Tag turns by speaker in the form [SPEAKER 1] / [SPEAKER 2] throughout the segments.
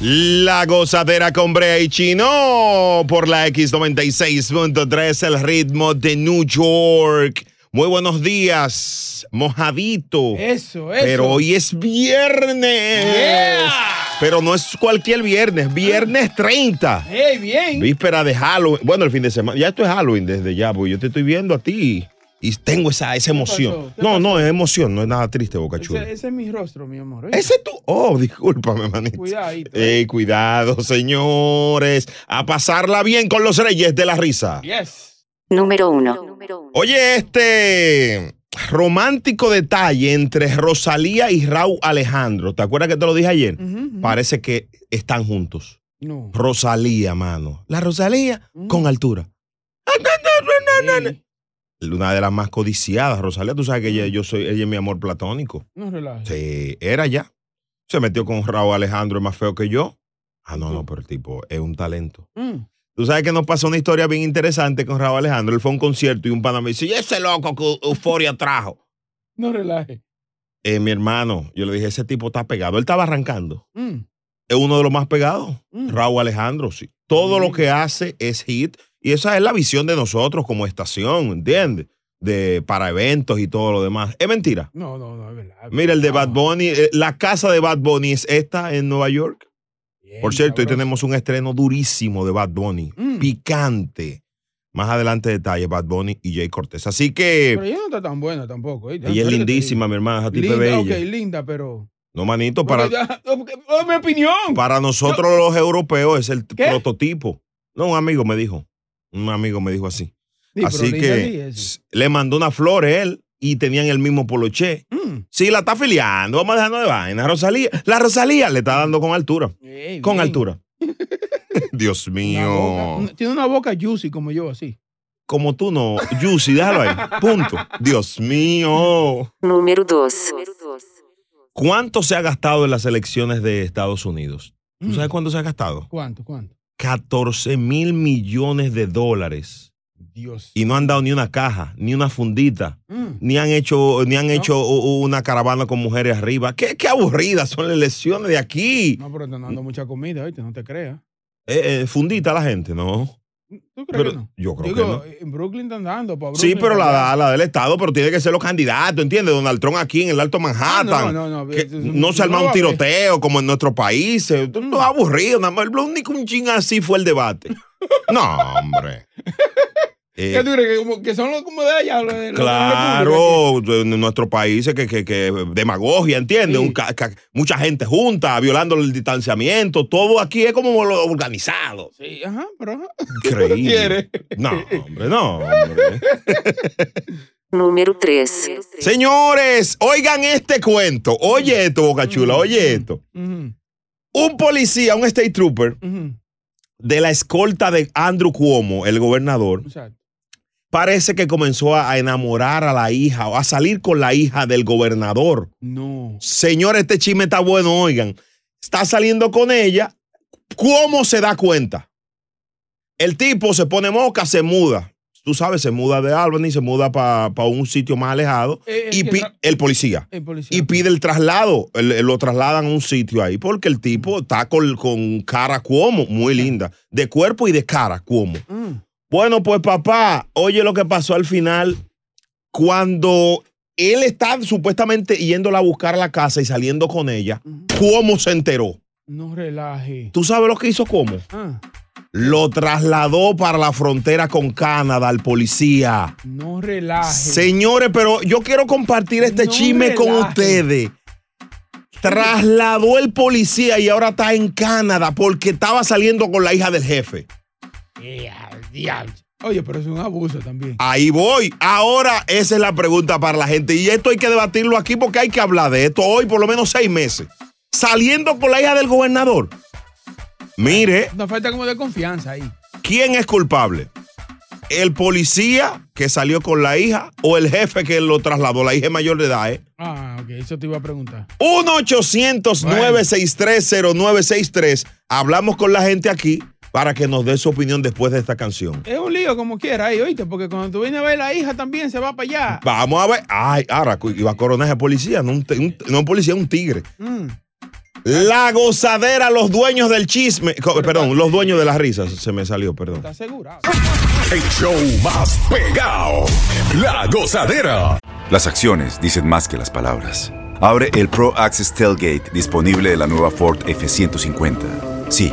[SPEAKER 1] La gozadera con Brea y Chino por la X96.3, el ritmo de New York. Muy buenos días, mojadito.
[SPEAKER 2] Eso, eso.
[SPEAKER 1] Pero hoy es viernes. Pero no es cualquier viernes, viernes 30.
[SPEAKER 2] ¡Ey, bien!
[SPEAKER 1] Víspera de Halloween. Bueno, el fin de semana. Ya esto es Halloween desde ya, porque yo te estoy viendo a ti. Y tengo esa, esa emoción.
[SPEAKER 2] pasó? ¿Qué
[SPEAKER 1] No, no, es emoción, no es nada triste, Boca Chula.
[SPEAKER 2] Ese, ese es mi rostro, mi amor.
[SPEAKER 1] Ese es tu. Oh, discúlpame, manito.
[SPEAKER 2] Cuidadito.
[SPEAKER 1] Ey, cuidado, señores. A pasarla bien con los reyes de la risa.
[SPEAKER 2] Yes.
[SPEAKER 3] Número uno.
[SPEAKER 1] Oye, este romántico detalle entre Rosalía y Raúl Alejandro. ¿Te acuerdas que te lo dije ayer? Parece que están juntos.
[SPEAKER 2] No.
[SPEAKER 1] Rosalía, mano. La Rosalía con altura. Ah,
[SPEAKER 2] Ey,
[SPEAKER 1] Una de las más codiciadas, Rosalía. Tú sabes que ella, yo soy, ella es mi amor platónico.
[SPEAKER 2] no relajes.
[SPEAKER 1] Sí, era ya. Se metió con Raúl Alejandro, es más feo que yo. Ah, no, no, pero el tipo es un talento.
[SPEAKER 2] Mm.
[SPEAKER 1] Tú sabes que nos pasó una historia bien interesante con Raúl Alejandro. Él fue a un concierto y un pana me dice, ¿y ese loco que Euforia trajo?
[SPEAKER 2] No relajes.
[SPEAKER 1] Eh, mi hermano, yo le dije, ese tipo está pegado. Él estaba arrancando.
[SPEAKER 2] Mm.
[SPEAKER 1] Es uno de los más pegados.
[SPEAKER 2] Mm.
[SPEAKER 1] Raúl Alejandro, sí. Todo lo que hace es hit. Y esa es la visión de nosotros como estación, ¿entiendes? De, para eventos y todo lo demás. Es mentira.
[SPEAKER 2] No, no, no, es verdad.
[SPEAKER 1] Mira, el de
[SPEAKER 2] Ah,
[SPEAKER 1] Bad Bunny, eh, la casa de Bad Bunny es esta en Nueva York.
[SPEAKER 2] bien,
[SPEAKER 1] Por cierto, hoy
[SPEAKER 2] sabroso.
[SPEAKER 1] tenemos un estreno durísimo de Bad Bunny.
[SPEAKER 2] Mm.
[SPEAKER 1] Picante. Más adelante detalles, Bad Bunny y Jay Cortés. Así que
[SPEAKER 2] Pero ella no está tan buena tampoco. ¿oíste?
[SPEAKER 1] Eh, ella es
[SPEAKER 2] Espérate, te
[SPEAKER 1] lindísima, mi hermana, esa tipa
[SPEAKER 2] digo.
[SPEAKER 1] es
[SPEAKER 2] Linda,
[SPEAKER 1] bella.
[SPEAKER 2] ok, linda, pero.
[SPEAKER 1] No, manito,
[SPEAKER 2] Porque
[SPEAKER 1] para,
[SPEAKER 2] ya- no, porque- oh, mi opinión.
[SPEAKER 1] para nosotros los europeos es el
[SPEAKER 2] ¿Qué?
[SPEAKER 1] prototipo. No, un amigo me dijo. Un amigo me dijo así.
[SPEAKER 2] Sí, pero
[SPEAKER 1] así
[SPEAKER 2] linda sí,
[SPEAKER 1] que
[SPEAKER 2] eso.
[SPEAKER 1] s- le mandó una flor a él y tenían el mismo poloché.
[SPEAKER 2] Mm.
[SPEAKER 1] Sí, la está afiliando, vamos a dejarnos de vaina. Rosalía, la Rosalía le está dando con altura.
[SPEAKER 2] Mm. Ey,
[SPEAKER 1] Con
[SPEAKER 2] bien.
[SPEAKER 1] altura. Dios
[SPEAKER 2] Una
[SPEAKER 1] mío.
[SPEAKER 2] boca- Tiene una boca juicy como yo, así.
[SPEAKER 1] como tú no, Juicy, déjalo ahí. Punto. Dios mío.
[SPEAKER 3] Número dos.
[SPEAKER 1] ¿Cuánto se ha gastado en las elecciones de Estados Unidos? ¿Tú
[SPEAKER 2] Mm.
[SPEAKER 1] sabes cuánto se ha gastado?
[SPEAKER 2] ¿Cuánto? ¿Cuánto?
[SPEAKER 1] 14 mil millones de dólares.
[SPEAKER 2] Dios.
[SPEAKER 1] Y no han dado ni una caja, ni una fundita,
[SPEAKER 2] Mm.
[SPEAKER 1] ni han hecho, ni han
[SPEAKER 2] No.
[SPEAKER 1] hecho u- u- una caravana con mujeres arriba. Qué, qué aburridas son las elecciones de aquí.
[SPEAKER 2] No, pero están dando mucha comida, ¿oíste? No te creas.
[SPEAKER 1] Eh, eh, fundita la gente, ¿no?
[SPEAKER 2] ¿Tú crees
[SPEAKER 1] Pero
[SPEAKER 2] que no?
[SPEAKER 1] yo creo que no.
[SPEAKER 2] Digo, en Brooklyn están dando. pa'
[SPEAKER 1] Sí,
[SPEAKER 2] Brooklyn
[SPEAKER 1] pero la,
[SPEAKER 2] están
[SPEAKER 1] da- la del Estado, pero tiene que ser los candidatos, ¿entiendes? Donald Trump aquí en el Alto
[SPEAKER 2] Ah,
[SPEAKER 1] Manhattan.
[SPEAKER 2] no, no, no.
[SPEAKER 1] que
[SPEAKER 2] es un-
[SPEAKER 1] no se arma un
[SPEAKER 2] debate.
[SPEAKER 1] tiroteo como en nuestros países. Esto es aburrido, nada más. Lo único un ching así fue el debate. No, hombre. Eh,
[SPEAKER 2] ¿Qué tú crees? Que, como- que son los como de allá. los de- los de República,
[SPEAKER 1] claro, en nuestros países que, que, que demagogia, ¿entiendes?
[SPEAKER 2] Sí.
[SPEAKER 1] Un ca- ca- mucha gente junta, violando el distanciamiento. Todo aquí es como lo organizado.
[SPEAKER 2] sí. Sí, ajá, pero ajá.
[SPEAKER 1] Increíble.
[SPEAKER 2] quieres?
[SPEAKER 1] No, hombre, no, hombre.
[SPEAKER 3] Número tres.
[SPEAKER 1] Señores, oigan este cuento. Oye esto, Bocachula, oye
[SPEAKER 2] Mm.
[SPEAKER 1] esto.
[SPEAKER 2] Ujú,
[SPEAKER 1] Un policía, un state trooper,
[SPEAKER 2] ujú,
[SPEAKER 1] de la escolta de Andrew Cuomo, el gobernador,
[SPEAKER 2] Exacto.
[SPEAKER 1] parece que comenzó a a enamorar a la hija o a salir con la hija del gobernador.
[SPEAKER 2] No.
[SPEAKER 1] Señor, este chisme está bueno, oigan. Está saliendo con ella. ¿Cómo se da cuenta? El tipo se pone moca, se muda. Tú sabes, se muda de Albany, se muda para un sitio más alejado.
[SPEAKER 2] Eh,
[SPEAKER 1] y
[SPEAKER 2] el que
[SPEAKER 1] pi-
[SPEAKER 2] tra-
[SPEAKER 1] el policía
[SPEAKER 2] El policía.
[SPEAKER 1] y pide el traslado. El- lo trasladan a un sitio ahí porque el tipo está con, con cara como, muy linda, de cuerpo y de cara como.
[SPEAKER 2] Mm,
[SPEAKER 1] Bueno, pues papá, oye lo que pasó al final. Cuando él está supuestamente yéndola a buscar a la casa y saliendo con ella,
[SPEAKER 2] ujú.
[SPEAKER 1] ¿cómo se enteró?
[SPEAKER 2] No relaje.
[SPEAKER 1] ¿Tú sabes lo que hizo cómo?
[SPEAKER 2] Ah,
[SPEAKER 1] Lo trasladó para la frontera con Canadá al policía.
[SPEAKER 2] no relaje.
[SPEAKER 1] Señores, pero yo quiero compartir este
[SPEAKER 2] No
[SPEAKER 1] chisme con
[SPEAKER 2] relaje.
[SPEAKER 1] ustedes. Trasladó el policía y ahora está en Canadá porque estaba saliendo con la hija del jefe.
[SPEAKER 2] Diablo, diablo. Oye, pero es un abuso también.
[SPEAKER 1] Ahí voy. Ahora esa es la pregunta para la gente. Y esto hay que debatirlo aquí porque hay que hablar de esto hoy por lo menos seis meses. Saliendo con la hija del gobernador. Mire,
[SPEAKER 2] Nos falta como de confianza ahí.
[SPEAKER 1] ¿quién es culpable? ¿El policía que salió con la hija o el jefe que lo trasladó? La hija es mayor de edad, ¿eh?
[SPEAKER 2] Ah, ok, eso te iba a preguntar.
[SPEAKER 1] 1-800-963-0963. Hablamos con la gente aquí para que nos dé su opinión después de esta canción.
[SPEAKER 2] Es un lío como quiera ahí, oíste, porque cuando tú vienes a ver la hija también se va para allá.
[SPEAKER 1] Vamos a ver. Ay, ahora cu- iba a coronar a policía, no un, ti- un- no un policía, un tigre.
[SPEAKER 2] Mm.
[SPEAKER 1] La gozadera, los dueños del chisme. Co- Perdón, los dueños de las risas. Se me salió, perdón.
[SPEAKER 2] Está asegurado.
[SPEAKER 4] El show más pegado. La gozadera.
[SPEAKER 5] Las acciones dicen más que las palabras. Abre el Pro Access Tailgate disponible de la nueva Ford F-150. Sí,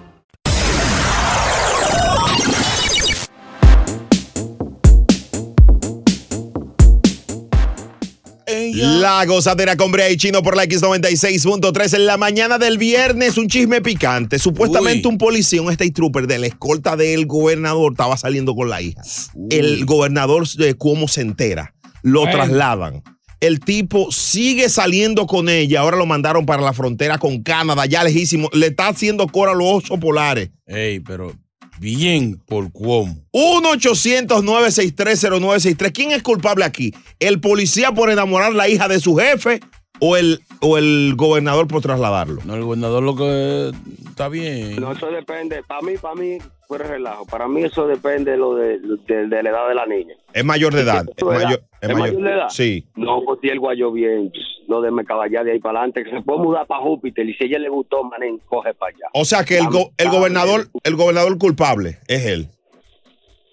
[SPEAKER 1] La gozadera con Brea y Chino por la X96.3 en la mañana del viernes, un chisme picante. Supuestamente
[SPEAKER 4] Uy.
[SPEAKER 1] un policía, un state trooper de la escolta del gobernador estaba saliendo con la hija. El gobernador de cómo se entera, lo
[SPEAKER 2] Bueno.
[SPEAKER 1] trasladan. El tipo sigue saliendo con ella, ahora lo mandaron para la frontera con Canadá, ya lejísimo. Le está haciendo cora a los osos polares.
[SPEAKER 6] Ey, pero bien por cómo.
[SPEAKER 1] 1-800-963-0963. ¿Quién es culpable aquí? ¿El policía por enamorar la hija de su jefe o el, o el gobernador por trasladarlo?
[SPEAKER 6] No, el gobernador lo que está bien.
[SPEAKER 7] No, eso depende. Para mí, para mí, fue relajo. Para mí eso depende lo de, de- de la edad de la niña.
[SPEAKER 1] Es mayor de edad. Es
[SPEAKER 7] ¿Es mayor-
[SPEAKER 1] mayor,
[SPEAKER 7] es mayor de edad?
[SPEAKER 1] Sí.
[SPEAKER 7] No, pues si el guayo bien, no deme caballar de ahí para adelante, que se puede mudar para Júpiter y si a ella le gustó, manen, coge para allá.
[SPEAKER 1] O sea que el, go- el gobernador, el gobernador culpable es él.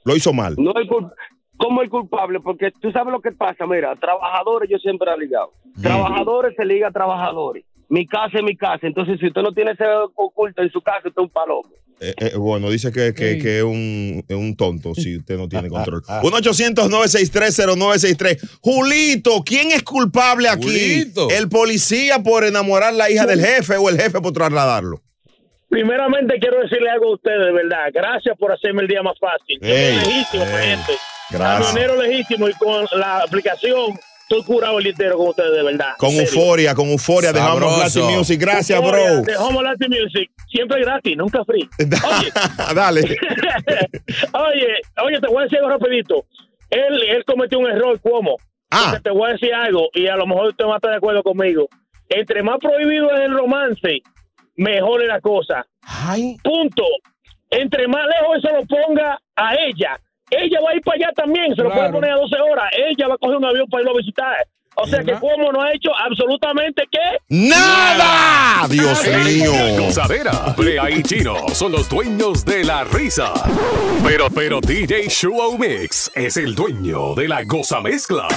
[SPEAKER 1] Lo hizo mal.
[SPEAKER 7] No el cul- ¿Cómo el culpable? Porque tú sabes lo que pasa, mira, trabajadores yo siempre he ligado. Trabajadores se liga a trabajadores. Mi casa es mi casa, entonces si usted no tiene ese oculto en su casa, usted es un palomo.
[SPEAKER 1] Eh, eh, bueno, dice que, que-
[SPEAKER 2] Sí.
[SPEAKER 1] que es, un, es un tonto si usted no tiene control. 1-800-963-0963. Julito, ¿quién es culpable aquí?
[SPEAKER 6] Julito.
[SPEAKER 1] ¿El policía por enamorar la hija del jefe o el jefe por trasladarlo?
[SPEAKER 8] Primeramente quiero decirle algo a ustedes, de verdad. Gracias por hacerme el día más fácil. Yo soy
[SPEAKER 1] Ey,
[SPEAKER 8] legítimo, mi
[SPEAKER 1] ey,
[SPEAKER 8] gente.
[SPEAKER 1] gracias.
[SPEAKER 8] Camionero legítimo y con la aplicación estoy curado el día entero con ustedes, de verdad.
[SPEAKER 1] Con
[SPEAKER 8] En serio.
[SPEAKER 1] euforia, con euforia. Dejamos
[SPEAKER 6] Sabroso.
[SPEAKER 1] Latin Music. Gracias,
[SPEAKER 8] Euforia
[SPEAKER 1] bro.
[SPEAKER 8] De Homo Latin Music. Siempre gratis, nunca free. Oye,
[SPEAKER 1] Dale.
[SPEAKER 8] oye, oye, te voy a decir algo rapidito. Él, él cometió un error, como
[SPEAKER 1] Ah,
[SPEAKER 8] Te voy a decir algo y a lo mejor usted va a estar de acuerdo conmigo. Entre más prohibido es el romance, mejor es la cosa. Punto. Entre más lejos se lo ponga a ella, ella va a ir para allá también, se lo
[SPEAKER 2] Claro.
[SPEAKER 8] puede poner a 12 horas, ella va a coger un avión para irlo a visitar. O sea que
[SPEAKER 2] Ajá.
[SPEAKER 8] como no ha hecho absolutamente qué,
[SPEAKER 1] nada. Dios
[SPEAKER 4] La
[SPEAKER 1] mío.
[SPEAKER 4] gozadera. Brea y Chino son los dueños de la risa. Pero, pero DJ Show Mix es el dueño de la goza mezcla.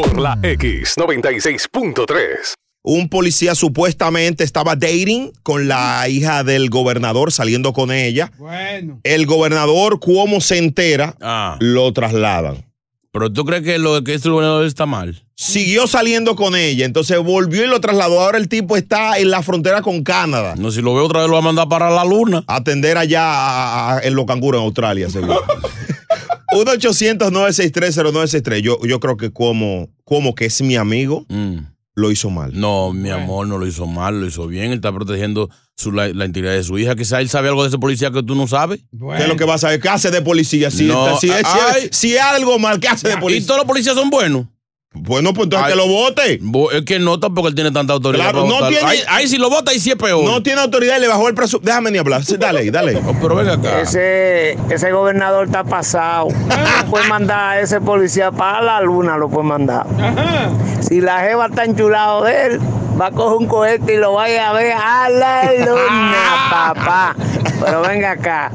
[SPEAKER 4] Por la X96.3.
[SPEAKER 1] Un policía supuestamente estaba dating con la hija del gobernador, saliendo con ella.
[SPEAKER 2] Bueno.
[SPEAKER 1] El gobernador, ¿cómo se entera?
[SPEAKER 6] Ah,
[SPEAKER 1] Lo trasladan.
[SPEAKER 6] pero tú crees que lo que hizo el gobernador está mal.
[SPEAKER 1] siguió saliendo con ella, entonces volvió y lo trasladó. Ahora el tipo está en la frontera con Canadá.
[SPEAKER 6] No, si lo veo otra vez lo va a mandar para la luna.
[SPEAKER 1] a Atender allá a- a- a- en los canguros en Australia, seguro. 1-800-963-0963. Yo, yo creo que como, como que es mi amigo,
[SPEAKER 6] Mm.
[SPEAKER 1] lo hizo mal.
[SPEAKER 6] No, mi amor, no lo hizo mal, lo hizo bien. Él está protegiendo su- la, la integridad de su hija. Quizá él sabe algo de ese policía que tú no sabes.
[SPEAKER 1] ¿Qué es lo que va a saber? ¿Qué hace de policía? Si,
[SPEAKER 6] No,
[SPEAKER 1] está- si, es- si es-
[SPEAKER 6] ay.
[SPEAKER 1] si es algo mal, ¿qué hace de
[SPEAKER 6] Y
[SPEAKER 1] policía?
[SPEAKER 6] todos los policías son buenos.
[SPEAKER 1] Bueno, pues entonces que lo vote.
[SPEAKER 6] Es que no, tampoco él tiene tanta autoridad.
[SPEAKER 1] Claro, no
[SPEAKER 6] para votarlo.
[SPEAKER 1] tiene-
[SPEAKER 6] Ahí, ahí sí lo vota, ahí sí es peor.
[SPEAKER 1] No tiene autoridad y le bajó el presupuesto. Déjame ni hablar. Sí, Dale, dale.
[SPEAKER 6] pero venga acá.
[SPEAKER 9] Ese, eh, ese gobernador está pasado. No puede mandar a ese policía para la luna, lo puede mandar. Si la jeva está enchulado de él, va a coger un cohete y lo vaya a ver a la
[SPEAKER 10] Ah,
[SPEAKER 1] Ah.
[SPEAKER 9] luna, Ah, papá. Pero venga acá.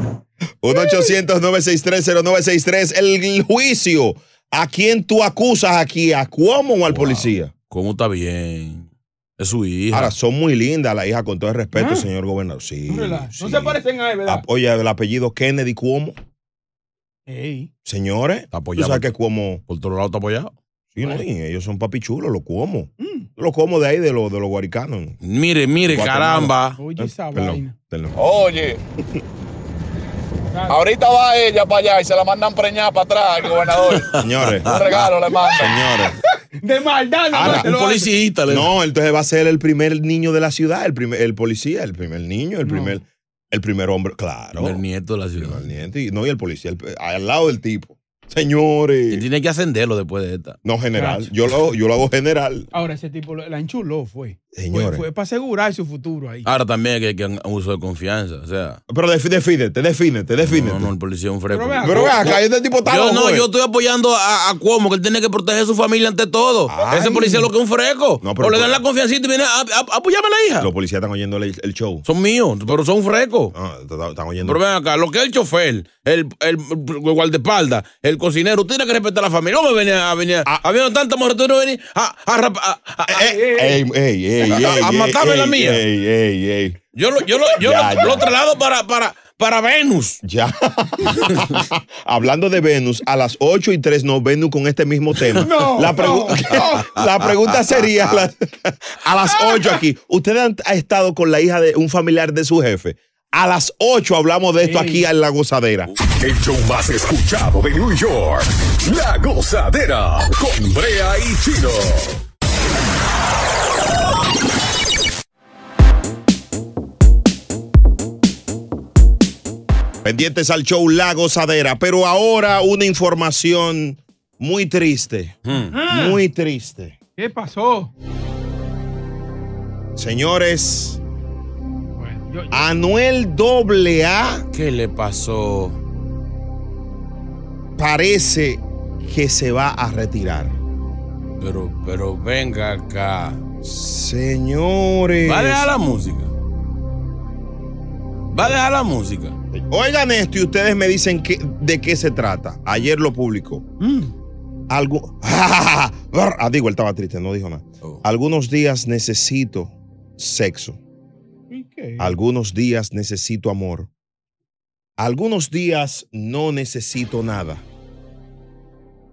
[SPEAKER 1] 1-800-963-0963. El juicio. ¿A quién tú acusas aquí? ¿A Cuomo o al policía?
[SPEAKER 6] ¿Cómo está bien? Es su hija. Ah.
[SPEAKER 1] Ahora, son muy lindas la hija, con todo el respeto, señor gobernador. Sí. Ah.
[SPEAKER 2] No se parecen a él, ¿verdad?
[SPEAKER 1] Oye, el apellido Kennedy Cuomo.
[SPEAKER 2] Ey.
[SPEAKER 1] Señores,
[SPEAKER 6] apoyado.
[SPEAKER 1] tú sabes que Cuomo.
[SPEAKER 6] Por otro lado está apoyado. Mm.
[SPEAKER 1] Sí, no, y ellos son papichulos, los Cuomo. Los Cuomo de ahí, de los, de los guaricanos.
[SPEAKER 6] Mire, mire,
[SPEAKER 1] Guatemala. Eh,
[SPEAKER 6] caramba.
[SPEAKER 2] Oye, esa
[SPEAKER 1] Perdón,
[SPEAKER 2] vaina.
[SPEAKER 1] perdón.
[SPEAKER 11] Oye, ahorita va ella para allá y se la mandan preñar para atrás al gobernador.
[SPEAKER 1] Señores,
[SPEAKER 11] Un regalo le mandan.
[SPEAKER 1] Ah, señores.
[SPEAKER 2] De maldad, nada
[SPEAKER 1] Ahora,
[SPEAKER 2] más te
[SPEAKER 6] Un
[SPEAKER 2] lo hace.
[SPEAKER 6] policista. le-
[SPEAKER 1] No, entonces va a ser el primer niño de la ciudad, el primer, el policía, el primer niño, el primer, el primer hombre, claro.
[SPEAKER 6] El nieto de la ciudad.
[SPEAKER 1] El nieto y- no, y el policía, el- al lado del tipo. Señores.
[SPEAKER 6] Él tiene que ascenderlo después de esta.
[SPEAKER 1] No, general. Yo lo, yo lo hago general.
[SPEAKER 2] Ahora, ese tipo lo- la enchuló, fue. Fue-
[SPEAKER 1] Señores.
[SPEAKER 2] Fue, para asegurar su futuro ahí.
[SPEAKER 6] Ahora también hay que, que un uso de confianza. O sea,
[SPEAKER 1] Pero defi- defínete, defínete, defínete.
[SPEAKER 6] no, no, el policía es un fresco.
[SPEAKER 2] Pero vea,
[SPEAKER 1] Pero vea, acá este tipo está
[SPEAKER 6] Yo
[SPEAKER 1] loco,
[SPEAKER 6] no,
[SPEAKER 1] eh.
[SPEAKER 6] yo estoy apoyando a, a Cuomo, que él tiene que proteger a su familia ante todo.
[SPEAKER 1] Ay.
[SPEAKER 6] Ese policía es lo que es un fresco.
[SPEAKER 1] No, pero- pues-
[SPEAKER 6] o le dan la confiancita y viene a, a- a apoyarme a la hija.
[SPEAKER 1] Los policías están oyendo el, el show.
[SPEAKER 6] Son míos, pero son frescos.
[SPEAKER 1] Ah, están están oyendo.
[SPEAKER 6] Pero ven acá, lo que es el chofer, el, el, el guardaespaldas, el cocinero, usted tiene que respetar a la familia. No me venía a venir.
[SPEAKER 1] Ah. Eh,
[SPEAKER 6] Habiendo tanta mujer, tú no venís a, a, rap- a- a- a-
[SPEAKER 1] Ey, ey, ey, ey,
[SPEAKER 6] A- a
[SPEAKER 1] ey,
[SPEAKER 6] matarme
[SPEAKER 1] ey,
[SPEAKER 6] la mía.
[SPEAKER 1] Ey, ey, ey.
[SPEAKER 6] Yo lo, yo lo, yo
[SPEAKER 1] Ya,
[SPEAKER 6] lo,
[SPEAKER 1] ya.
[SPEAKER 6] lo traslado para, para, para Venus.
[SPEAKER 1] Ya. Hablando de Venus, a las 8 y 3 no, Venus con este mismo tema.
[SPEAKER 2] No,
[SPEAKER 1] la, pregu- la pregunta sería a las, a las 8 aquí. Usted han, ha estado con la hija de un familiar de su jefe. A las 8 hablamos de esto aquí en La Gozadera.
[SPEAKER 4] El show más escuchado de New York. La gozadera con Brea y Chino.
[SPEAKER 1] Pendientes al show La Gozadera. Pero ahora una información muy triste. Muy triste.
[SPEAKER 2] Mm. ¿Qué pasó?
[SPEAKER 1] Señores,
[SPEAKER 2] Bueno, yo-
[SPEAKER 1] Anuel AA
[SPEAKER 6] ¿Qué le pasó?
[SPEAKER 1] parece que se va a retirar.
[SPEAKER 6] Pero, pero venga acá.
[SPEAKER 1] Señores.
[SPEAKER 6] Va a dejar la música. Va a dejar la música.
[SPEAKER 1] Oigan esto y ustedes me dicen qué- de qué se trata. Ayer lo publicó.
[SPEAKER 6] Mm.
[SPEAKER 1] Algo. ah, digo, él estaba triste, no dijo nada.
[SPEAKER 6] Oh.
[SPEAKER 1] Algunos días necesito sexo.
[SPEAKER 2] ¿y qué?
[SPEAKER 1] Algunos días necesito amor. Algunos días no necesito nada.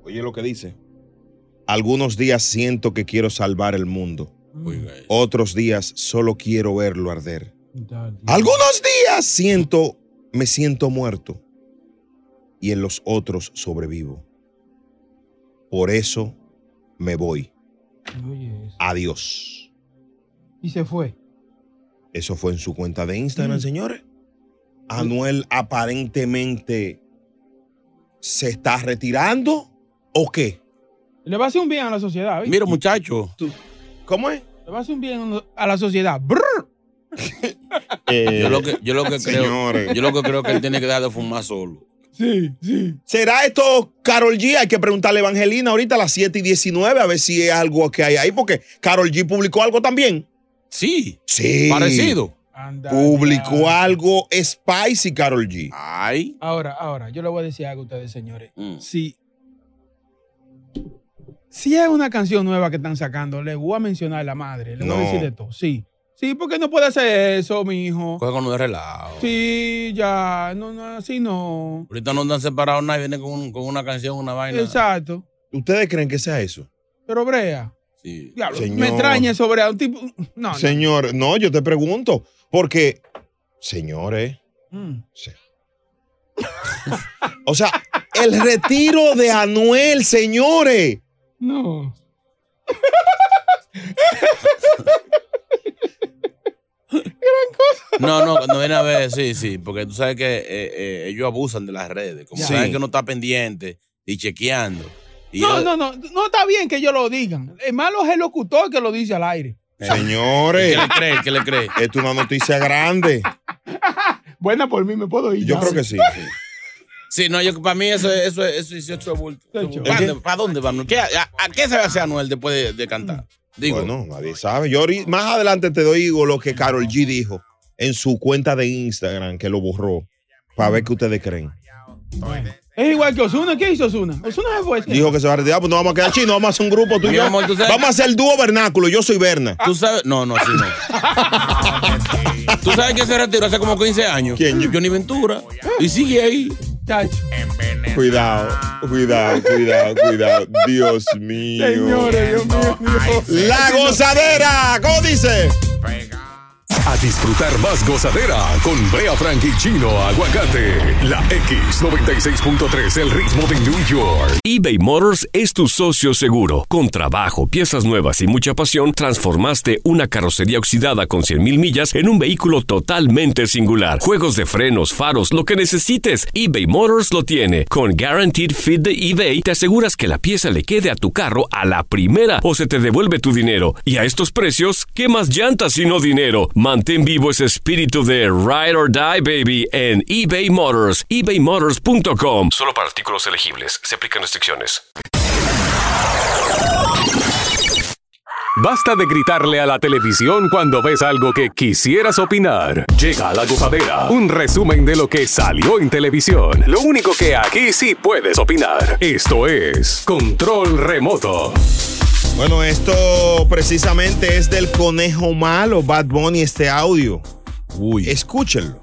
[SPEAKER 1] Oye lo que dice. Algunos días siento que quiero salvar el mundo.
[SPEAKER 2] Mm,
[SPEAKER 6] Oiga eso.
[SPEAKER 1] Otros días solo quiero verlo arder. Algunos días siento, me siento muerto y en los otros sobrevivo. Por eso me voy.
[SPEAKER 2] Oye, eso.
[SPEAKER 1] Adiós.
[SPEAKER 2] Y se fue.
[SPEAKER 1] Eso fue en su cuenta de Instagram,
[SPEAKER 2] Mm.
[SPEAKER 1] señores. Anuel aparentemente se está retirando o qué?
[SPEAKER 2] Le va a hacer un bien a la sociedad, ¿oíste?
[SPEAKER 6] Mira, muchacho.
[SPEAKER 1] ¿Cómo es?
[SPEAKER 2] Le va a hacer un bien a la sociedad. Brr.
[SPEAKER 6] Yo lo que, yo lo que creo.
[SPEAKER 1] Eh, señores.
[SPEAKER 6] Yo lo que creo que él tiene que dejar de fumar solo.
[SPEAKER 2] Sí, sí.
[SPEAKER 1] ¿Será esto Carol G? Hay que preguntarle a Evangelina ahorita a las 7 y 19 a ver si es algo que hay ahí, porque Carol G publicó algo también.
[SPEAKER 6] Sí,
[SPEAKER 1] Sí.
[SPEAKER 6] parecido.
[SPEAKER 2] Anda,
[SPEAKER 1] Publicó
[SPEAKER 2] ya.
[SPEAKER 1] algo spicy, Carol G.
[SPEAKER 6] Ay.
[SPEAKER 2] Ahora, ahora, yo le voy a decir algo a ustedes, señores.
[SPEAKER 6] Mm.
[SPEAKER 2] Si, si es una canción nueva que están sacando, le voy a mencionar a la madre. Le voy
[SPEAKER 1] No.
[SPEAKER 2] a decir de todo. Sí. Sí, porque no puede hacer eso, mi hijo.
[SPEAKER 6] Coge con un relajo.
[SPEAKER 2] Sí, ya. No, no, así no.
[SPEAKER 6] Ahorita no andan separados nada y vienen con, un- con una canción, una vaina.
[SPEAKER 2] Exacto.
[SPEAKER 1] ¿Ustedes creen que sea eso?
[SPEAKER 2] Pero Brea,
[SPEAKER 6] Sí.
[SPEAKER 2] diablo,
[SPEAKER 1] Señor.
[SPEAKER 2] me extraña eso, Brea. Un tipo. No, no.
[SPEAKER 1] Señor, no, yo te pregunto, porque, señores,
[SPEAKER 2] Mm.
[SPEAKER 1] o sea, el retiro de Anuel, señores.
[SPEAKER 2] No.
[SPEAKER 6] No, no, cuando viene a ver, sí, sí. Porque tú sabes que eh, eh, ellos abusan de las redes. Como
[SPEAKER 1] Sí.
[SPEAKER 6] saben que uno está pendiente y chequeando. Y
[SPEAKER 2] No,
[SPEAKER 6] yo-
[SPEAKER 2] no, no, no está bien que ellos lo digan. El malo es el locutor que lo dice al aire.
[SPEAKER 1] Señores.
[SPEAKER 6] eh, ¿Qué le cree? ¿Qué le cree?
[SPEAKER 1] Esto es una noticia grande.
[SPEAKER 2] Buena por mí, me puedo ir.
[SPEAKER 1] Yo
[SPEAKER 6] ya.
[SPEAKER 1] creo que sí.
[SPEAKER 6] Sí, no, yo, para mí eso es eso, es- eso, es- eso es bulto. ¿Para dónde, pa' dónde va Anuel? ¿Qué- a, a qué se va a hacer Anuel después de, de cantar? Digo,
[SPEAKER 1] Bueno, nadie sabe. Yo ahorita- más adelante te digo lo que Carol G dijo en su cuenta de Instagram, que lo borró, para ver qué ustedes creen.
[SPEAKER 2] Es igual que Osuna. ¿Qué hizo Osuna? Osuna se fue.
[SPEAKER 1] Dijo que se va a retirar, pues no vamos a quedar chinos, vamos a hacer un grupo tú y
[SPEAKER 6] Mi
[SPEAKER 1] yo.
[SPEAKER 6] amor, ¿tú sabes?
[SPEAKER 1] Vamos a hacer el dúo vernáculo, yo soy Berna.
[SPEAKER 6] tú sabes. No, no, sí, no. ¿Tú sabes que se retiró hace como 15 años? ¿Quién? Johnny Ventura. Y sigue ahí.
[SPEAKER 2] Chacho.
[SPEAKER 1] Pues, Cuidado, cuidado, cuidado, cuidado. Dios mío.
[SPEAKER 2] Señores, Dios mío.
[SPEAKER 1] La gozadera, ¿cómo dice?
[SPEAKER 4] A disfrutar más gozadera con Brea Frank y Chino Aguacate. La X96.3, el ritmo de New York.
[SPEAKER 12] eBay Motors es tu socio seguro. Con trabajo, piezas nuevas y mucha pasión, transformaste una carrocería oxidada con 100.000 millas en un vehículo totalmente singular. Juegos de frenos, faros, lo que necesites, eBay Motors lo tiene. Con Guaranteed Fit de eBay, te aseguras que la pieza le quede a tu carro a la primera o se te devuelve tu dinero. Y a estos precios, ¿qué más llantas y no dinero? Mantén vivo ese espíritu de Ride or Die, baby, en eBay Motors, ebaymotors.com. Solo para artículos elegibles, se aplican restricciones.
[SPEAKER 13] Basta de gritarle a la televisión cuando ves algo que quisieras opinar. Llega la gozadera, un resumen de lo que salió en televisión. Lo único que aquí sí puedes opinar. Esto es Control Remoto.
[SPEAKER 1] Bueno, esto precisamente es del conejo malo, Bad Bunny, este audio. Uy. Escúchenlo.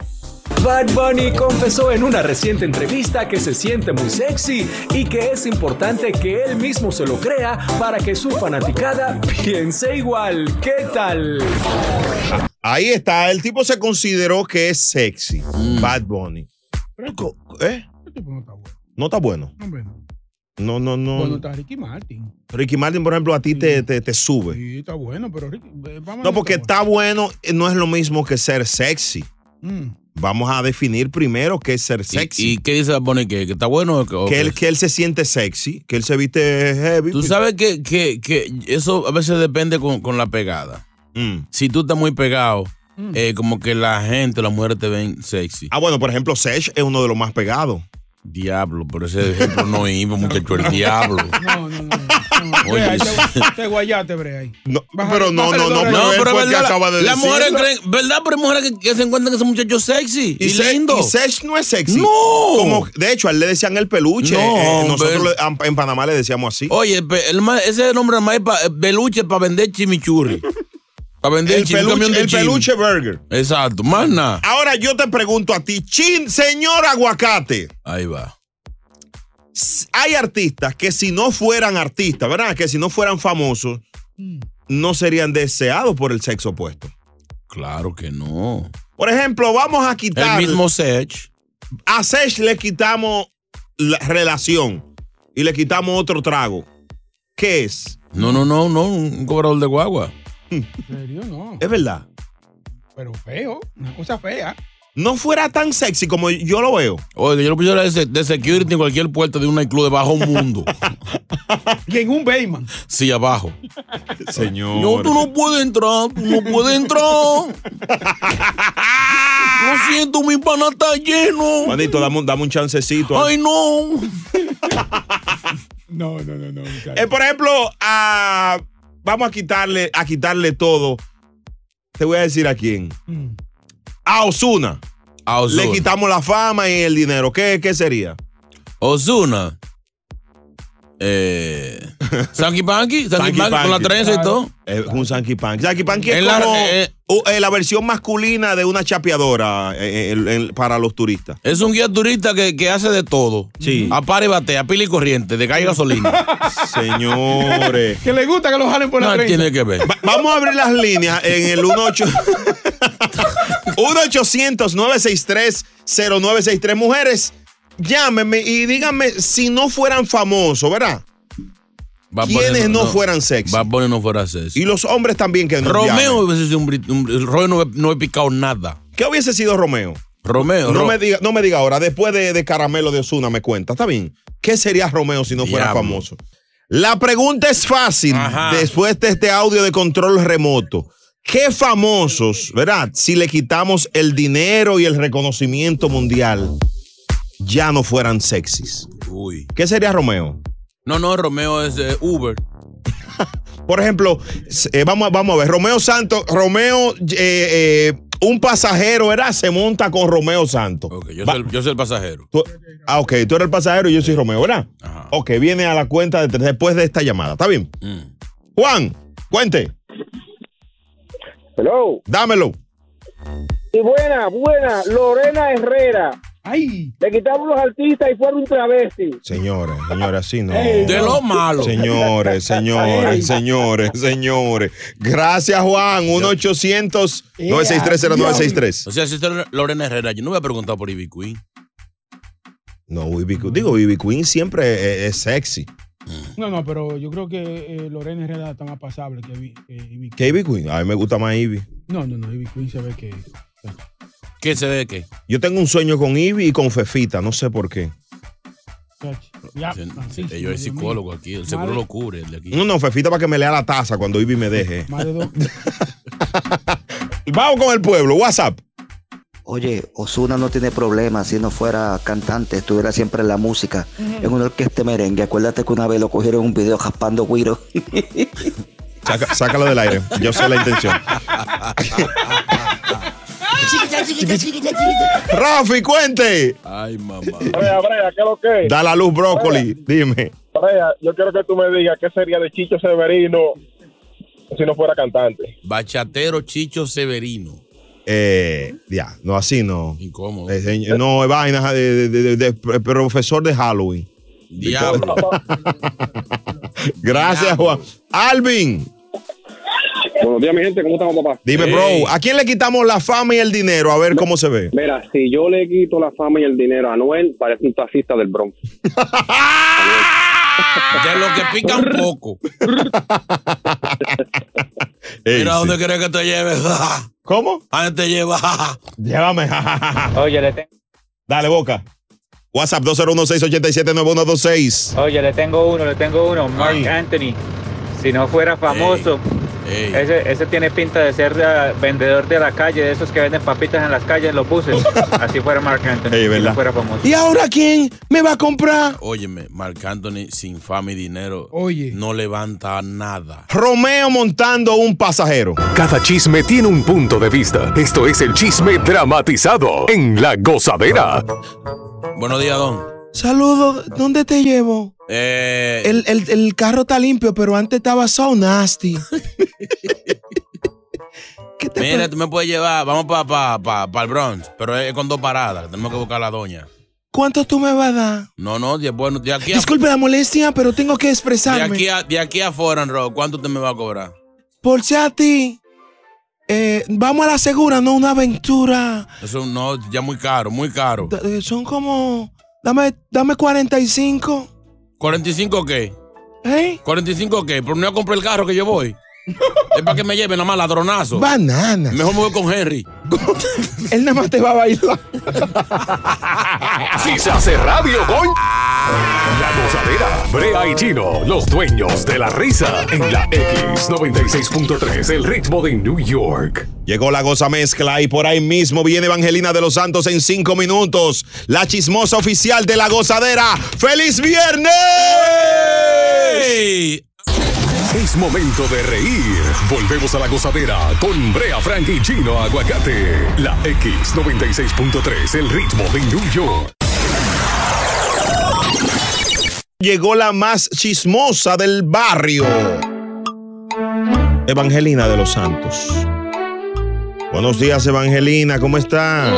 [SPEAKER 14] Bad Bunny confesó en una reciente entrevista que se siente muy sexy y que es importante que él mismo se lo crea para que su fanaticada piense igual. ¿Qué tal?
[SPEAKER 1] Ahí está, el tipo se consideró que es sexy,
[SPEAKER 6] Mm.
[SPEAKER 1] Bad Bunny. Co- ¿Eh? No está bueno.
[SPEAKER 2] Hombre, no.
[SPEAKER 1] No, no, no.
[SPEAKER 2] Bueno, está Ricky Martin.
[SPEAKER 1] Ricky Martin, por ejemplo, a ti te, te- te sube.
[SPEAKER 2] Sí, está bueno, pero Ricky. eh, vamos a-
[SPEAKER 1] No, porque está bueno eh, no es lo mismo que ser sexy.
[SPEAKER 2] Mm.
[SPEAKER 1] Vamos a definir primero qué es ser sexy.
[SPEAKER 6] ¿Y, y qué dice Bad Bunny? ¿Que, que está bueno? o que- o
[SPEAKER 1] que,
[SPEAKER 6] que-
[SPEAKER 1] él, que él se siente sexy, que él se viste heavy.
[SPEAKER 6] Tú sabes que, que- que eso a veces depende con, con la pegada.
[SPEAKER 1] Mm.
[SPEAKER 6] Si tú estás muy pegado, eh, como que la gente, las mujeres te ven sexy.
[SPEAKER 1] Ah, bueno, por ejemplo, Sesh es uno de los más pegados.
[SPEAKER 6] Diablo, pero ese ejemplo no iba, muchacho, el diablo.
[SPEAKER 2] No, no, no. no.
[SPEAKER 6] Oye,
[SPEAKER 2] Brea, ahí
[SPEAKER 6] sí.
[SPEAKER 2] te, te guayaste, Brea. ahí. Bájale-
[SPEAKER 1] pero no,
[SPEAKER 2] bájale
[SPEAKER 1] no,
[SPEAKER 2] dos
[SPEAKER 1] no,
[SPEAKER 2] rayas.
[SPEAKER 1] pero él fue el que
[SPEAKER 6] la-
[SPEAKER 1] acaba de
[SPEAKER 6] las mujeres
[SPEAKER 1] decirlo.
[SPEAKER 6] creen, ¿verdad? Pero hay mujeres que, que se encuentran que son muchachos sexy y,
[SPEAKER 1] Y, Se-
[SPEAKER 6] lindo.
[SPEAKER 1] y Sesh no es sexy.
[SPEAKER 6] No.
[SPEAKER 1] Como, de hecho, a él le decían el peluche.
[SPEAKER 6] No,
[SPEAKER 1] Eh, eh, nosotros
[SPEAKER 6] hombre.
[SPEAKER 1] le- am- en Panamá le decíamos así.
[SPEAKER 6] Oye, pe- el ma- ese nombre más es pa- eh, peluche para vender chimichurri. Para vender
[SPEAKER 1] el
[SPEAKER 6] chimi- un
[SPEAKER 1] peluche,
[SPEAKER 6] camión de
[SPEAKER 1] el
[SPEAKER 6] chimi.
[SPEAKER 1] peluche burger.
[SPEAKER 6] Exacto, más nada.
[SPEAKER 1] Ahora yo te pregunto a ti, chin, señor aguacate.
[SPEAKER 6] Ahí va.
[SPEAKER 1] s- Hay artistas que si no fueran artistas, ¿verdad? Que si no fueran famosos, no serían deseados por el sexo opuesto.
[SPEAKER 6] Claro que no.
[SPEAKER 1] Por ejemplo, vamos a quitar.
[SPEAKER 6] El mismo Sech.
[SPEAKER 1] A Sech le quitamos la relación y le quitamos otro trago. ¿Qué es?
[SPEAKER 6] No, no, no, no, un cobrador de guagua.
[SPEAKER 2] ¿En serio? No,
[SPEAKER 1] Es verdad.
[SPEAKER 2] pero feo. Una cosa fea.
[SPEAKER 1] No fuera tan sexy como yo lo veo.
[SPEAKER 6] Oye, yo lo pusiera de, se- de security en cualquier puerta de un club de bajo mundo.
[SPEAKER 2] Y en un Bayman.
[SPEAKER 6] Sí, abajo.
[SPEAKER 1] Señor.
[SPEAKER 6] No, tú no puedes entrar, tú no puedes entrar. Lo siento, mi pana está lleno.
[SPEAKER 1] Manito, dame, un- dame un chancecito.
[SPEAKER 6] Ay, no.
[SPEAKER 2] No, no, no, no. muchacho.
[SPEAKER 1] Eh, por ejemplo, a- vamos a quitarle, a quitarle todo. Te voy a decir a quién.
[SPEAKER 2] Mm.
[SPEAKER 1] A Osuna.
[SPEAKER 6] A
[SPEAKER 1] Le
[SPEAKER 6] Ozuna.
[SPEAKER 1] quitamos la fama y el dinero. ¿Qué, qué sería?
[SPEAKER 6] Ozuna. Eh. Sanky Panky, Sanky
[SPEAKER 1] Panky
[SPEAKER 6] Panky con la
[SPEAKER 1] Panky.
[SPEAKER 6] trenza y
[SPEAKER 1] Claro.
[SPEAKER 6] todo.
[SPEAKER 1] Eh, un Sanky Panky. Sanky Panky es
[SPEAKER 6] En la-
[SPEAKER 1] como
[SPEAKER 6] eh,
[SPEAKER 1] uh, eh, la versión masculina de una chapeadora eh, eh, el- el- para los turistas.
[SPEAKER 6] Es un guía turista que, que hace de todo. Sí. Apara y batea, pila y corriente, de calle y gasolina.
[SPEAKER 1] Señores.
[SPEAKER 2] Que le gusta que lo jalen por la
[SPEAKER 6] Nada
[SPEAKER 2] trenza.
[SPEAKER 6] tiene que ver.
[SPEAKER 1] Va- Vamos a abrir las líneas en el 18 1-800-963-0963. Mujeres, llámenme y díganme si no fueran famosos, ¿verdad?
[SPEAKER 6] Va
[SPEAKER 1] ¿Quiénes no fueran sexy?
[SPEAKER 6] Va a poner no fuera sexy.
[SPEAKER 1] Y los hombres también que nos llamen.
[SPEAKER 6] Romeo hubiese sido un, bri- un- el Romeo no, he- no he picado nada.
[SPEAKER 1] ¿Qué hubiese sido Romeo?
[SPEAKER 6] Romeo,
[SPEAKER 1] No
[SPEAKER 6] Ro-
[SPEAKER 1] me, diga, no me diga ahora, después de, de Caramelo de Osuna me cuenta, está bien. ¿Qué sería Romeo si no fuera
[SPEAKER 6] Diablo.
[SPEAKER 1] famoso? La pregunta es fácil después de este audio de control remoto. ¿Qué famosos, verdad? Si le quitamos el dinero y el reconocimiento mundial, ya no fueran sexys.
[SPEAKER 6] Uy.
[SPEAKER 1] ¿Qué sería Romeo?
[SPEAKER 6] No, no, Romeo es eh, Uber.
[SPEAKER 1] Por ejemplo, s- eh, vamos, a- vamos a ver, Romeo Santos, Romeo, eh, eh, un pasajero, ¿verdad? Se monta con Romeo Santos.
[SPEAKER 6] Yo
[SPEAKER 1] Va-
[SPEAKER 6] soy, el- yo soy el pasajero.
[SPEAKER 1] Tú- ah, ok, tú eres el pasajero y yo soy Romeo, ¿verdad? Ok, viene a la cuenta de tres después de esta llamada, ¿está bien? Juan, cuente.
[SPEAKER 10] Hello.
[SPEAKER 1] Dámelo.
[SPEAKER 10] Y buena, buena, Lorena Herrera. Ay. Le quitamos los artistas y fueron un travesti.
[SPEAKER 1] Señores, señores, así no.
[SPEAKER 10] Ey, De lo
[SPEAKER 6] malo.
[SPEAKER 1] Señores,
[SPEAKER 10] Ey.
[SPEAKER 1] señores, señores, señores. Gracias, Juan. 1 800 963
[SPEAKER 6] O sea, si usted es Lorena Herrera, yo no voy a preguntar por Ivy Queen.
[SPEAKER 1] No, Bibi, digo, Bibi Queen siempre es, es sexy.
[SPEAKER 2] No, no, pero yo creo que eh, Lorena Herrera está más pasable que eh, Ivy. que Ivy.
[SPEAKER 1] ¿Qué Ivy Queen? A mí me gusta más Ivy.
[SPEAKER 2] No, no, no, Ivy Queen se ve que.
[SPEAKER 6] ¿Qué se ve qué?
[SPEAKER 1] Yo tengo un sueño con Ivy y con Fefita, no sé por qué.
[SPEAKER 2] Ya,
[SPEAKER 6] Eh, yo soy psicólogo aquí, el seguro
[SPEAKER 2] Madre.
[SPEAKER 6] lo cubre. el de aquí.
[SPEAKER 1] No, no, Fefita para que me lea la taza cuando Ivy me deje.
[SPEAKER 2] más de dos.
[SPEAKER 1] Vamos con el pueblo, WhatsApp.
[SPEAKER 15] Oye, Osuna no tiene problema si no fuera cantante, estuviera siempre en la música, en una orquesta de merengue. Acuérdate que una vez lo cogieron en un video jaspando guiro.
[SPEAKER 1] Saca- sácalo del aire. Yo sé la intención.
[SPEAKER 16] Chiquita, chiquita, chiquita, chiquita.
[SPEAKER 1] Rafi, cuente.
[SPEAKER 6] Ay, mamá.
[SPEAKER 10] Brea, Brea, ¿qué es lo que es?
[SPEAKER 1] Da la luz, brócoli. Dime.
[SPEAKER 10] Brea, yo quiero que tú me digas qué sería de Chicho Severino si no fuera cantante.
[SPEAKER 6] Bachatero Chicho Severino.
[SPEAKER 1] Eh, ya, no, así no.
[SPEAKER 6] Incómodo.
[SPEAKER 1] Eh, señor, no, es vaina de, de- de- de profesor de Halloween.
[SPEAKER 6] Diablo.
[SPEAKER 1] Gracias, Juan. Alvin.
[SPEAKER 7] Buenos días, mi gente. ¿Cómo estamos, papá?
[SPEAKER 1] Dime, bro, ¿a quién le quitamos la fama y el dinero? A ver cómo se ve.
[SPEAKER 7] Mira, si yo le quito la fama y el dinero a Noel, parece un taxista del Bronx.
[SPEAKER 6] De lo que pica un poco. Mira
[SPEAKER 7] sí.
[SPEAKER 6] dónde crees que te lleves.
[SPEAKER 1] ¿Cómo?
[SPEAKER 6] ¿A dónde te lleva?
[SPEAKER 1] Llévame. Oye, le tengo. Dale, boca. WhatsApp 201-687-9126.
[SPEAKER 17] Oye, le tengo uno, le tengo uno. Mark Anthony. Si no fuera famoso, Ese, ese tiene pinta de ser eh, vendedor de la calle, de esos que venden papitas en las calles, en los buses. Así fuera Mark Anthony. si no fuera famoso.
[SPEAKER 1] ¿Y ahora quién me va a comprar?
[SPEAKER 6] Óyeme, Marc Anthony sin fama y dinero
[SPEAKER 2] Oye.
[SPEAKER 6] no levanta nada.
[SPEAKER 1] Romeo montando un pasajero.
[SPEAKER 13] Cada chisme tiene un punto de vista. Esto es el chisme dramatizado en La Gozadera.
[SPEAKER 6] Buenos días, Don.
[SPEAKER 16] Saludos, ¿dónde te llevo?
[SPEAKER 6] Eh,
[SPEAKER 16] El, el- el carro está limpio, pero antes estaba so nasty.
[SPEAKER 6] mira, tú me puedes llevar, vamos para pa, pa, pa el Bronx, pero es con dos paradas, tenemos que buscar a la doña.
[SPEAKER 16] ¿Cuánto tú me vas a dar?
[SPEAKER 6] No, no, de, bueno, de aquí a,
[SPEAKER 16] Disculpe la molestia, pero tengo que
[SPEAKER 6] de
[SPEAKER 16] expresarme.
[SPEAKER 6] aquí a, de aquí a Foreign Road, ¿cuánto usted me va a cobrar?
[SPEAKER 16] Por si a ti, eh, vamos a la segura, no una aventura.
[SPEAKER 6] Eso no, ya muy caro, muy caro.
[SPEAKER 16] Da- eh, Son como, dame, dame 45.
[SPEAKER 6] ¿45 qué?
[SPEAKER 16] ¿Eh?
[SPEAKER 6] ¿45 qué? Pero no voy a comprar el carro que yo voy. es para que me lleven nada más ladronazo.
[SPEAKER 16] Bananas.
[SPEAKER 6] Mejor me voy con Henry.
[SPEAKER 16] Él nada más te va a bailar.
[SPEAKER 13] Si se hace radio, con La Gozadera, Brea y Chino, los dueños de la risa en la X96.3, el ritmo de New York.
[SPEAKER 1] Llegó la goza mezcla y por ahí mismo viene Evangelina de los Santos en cinco minutos. La chismosa oficial de la gozadera. ¡Feliz viernes!
[SPEAKER 13] Es
[SPEAKER 4] momento de reír. Volvemos a la gozadera con Brea Frank y Chino Aguacate. La X96.3, el ritmo de New York.
[SPEAKER 1] Llegó la más chismosa del barrio. Evangelina de los Santos. Buenos días, Evangelina. ¿Cómo está?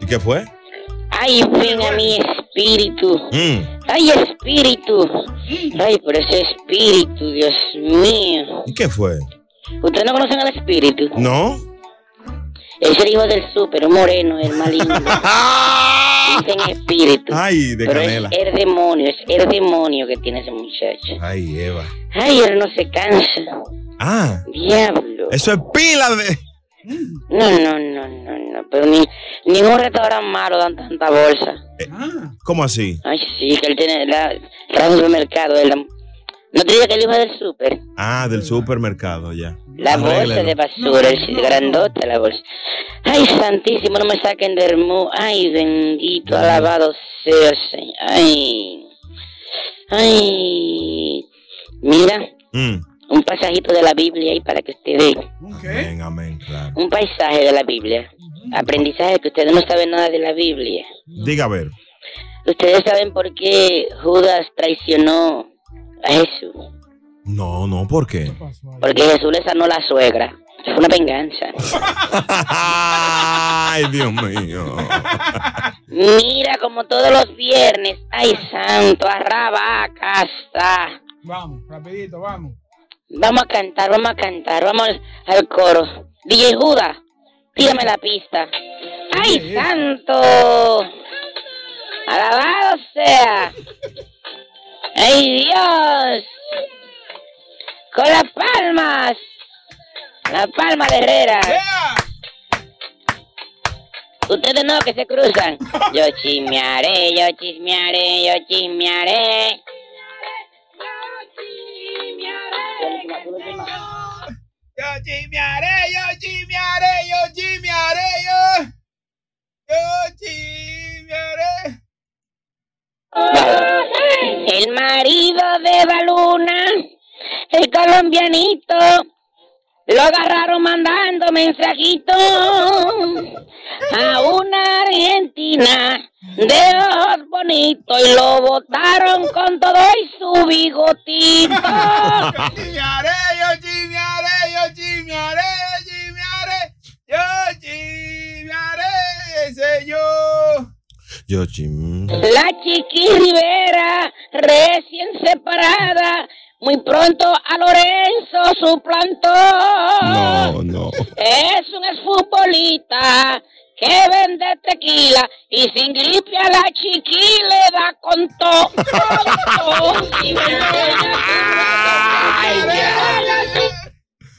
[SPEAKER 1] ¿Y qué fue?
[SPEAKER 18] Mm. Ay, ven a mi espíritu.
[SPEAKER 1] Mm.
[SPEAKER 18] Ay, espíritu. Ay, pero ese espíritu, Dios mío.
[SPEAKER 1] ¿Y qué fue?
[SPEAKER 18] ¿Ustedes no conocen al espíritu?
[SPEAKER 1] ¿No?
[SPEAKER 18] Es el hijo del súper, un moreno, el maligno. Dicen espíritu.
[SPEAKER 1] Ay, de
[SPEAKER 18] pero
[SPEAKER 1] canela.
[SPEAKER 18] Es el demonio, es el demonio que tiene ese muchacho.
[SPEAKER 1] Ay, Eva.
[SPEAKER 18] Ay, él no se cansa.
[SPEAKER 1] Ah.
[SPEAKER 18] Diablo.
[SPEAKER 1] Eso es pila de.
[SPEAKER 18] No, no, no, no, no. Pero ni, ningún restaurante malo dan tanta bolsa.
[SPEAKER 1] ¿Cómo así?
[SPEAKER 18] Ay, sí, que él tiene la, trabaja en el supermercado. él la- no te diga que el hijo del súper.
[SPEAKER 1] Ah, del supermercado, ya.
[SPEAKER 18] La bolsa de basura, el grandote la bolsa. Ay, santísimo, no me saquen del mu. Ay, bendito, alabado sea, el Señor. Ay, ay. Mira, un pasajito de la Biblia ahí para que usted vea.
[SPEAKER 1] Amén, amén, claro.
[SPEAKER 18] Un paisaje de la Biblia. Aprendizaje que ustedes no saben nada de la Biblia.
[SPEAKER 1] Diga a ver.
[SPEAKER 18] Ustedes saben por qué Judas traicionó a Jesús.
[SPEAKER 1] No, no, ¿por qué?
[SPEAKER 18] Porque Jesús le sanó la suegra. Fue una venganza.
[SPEAKER 1] Ay, Dios mío.
[SPEAKER 18] Mira, como todos los viernes, ay santo, arraba, casa.
[SPEAKER 2] Vamos, rapidito, vamos.
[SPEAKER 18] Vamos a cantar, vamos a cantar, vamos al coro. DJ Judas, tírame la pista. ¡Ay, santo! ¡Alabado sea! ¡Ay, Dios! ¡Con las palmas! ¡La palma de Herrera! Ustedes no, que se cruzan. Yo chismearé, yo chismearé, yo chismearé.
[SPEAKER 19] Yo chimearé, yo chimearé, yo chimearé, yo. Yo chimearé.
[SPEAKER 18] El marido de Baluna, el colombianito, lo agarraron mandando mensajito a una argentina de ojos bonitos y lo botaron con todo y su bigotito.
[SPEAKER 19] Chimearé, yo chimearé, yo chimearé, yo chimearé. Yo chimearé, señor.
[SPEAKER 1] Yo, chim.
[SPEAKER 18] La Chiqui Rivera, recién separada, muy pronto a Lorenzo suplantó. No, no. Es un exfutbolista que vende tequila y sin gripe a la Chiqui le da con todo. Con todo.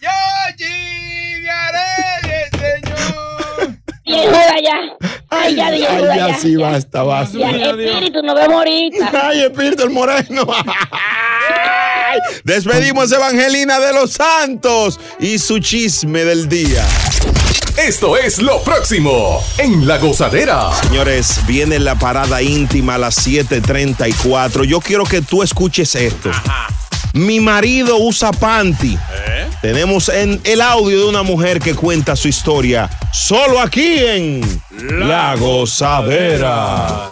[SPEAKER 19] Yo chimearé, señor.
[SPEAKER 18] Viejuda ya. Ay, ya,
[SPEAKER 16] ay,
[SPEAKER 18] viejuda
[SPEAKER 16] ya,
[SPEAKER 18] ya.
[SPEAKER 16] sí, basta, basta.
[SPEAKER 18] Ya, espíritu, nos vemos ahorita.
[SPEAKER 16] Ay, espíritu, el moreno.
[SPEAKER 1] Ay, Despedimos Evangelina de los Santos y su chisme del día.
[SPEAKER 4] Esto es lo próximo en La Gozadera.
[SPEAKER 1] Señores, viene la parada íntima a las 7:34. Yo quiero que tú escuches esto. Mi marido usa panty. Tenemos en el audio de una mujer que cuenta su historia solo aquí en La Gozadera.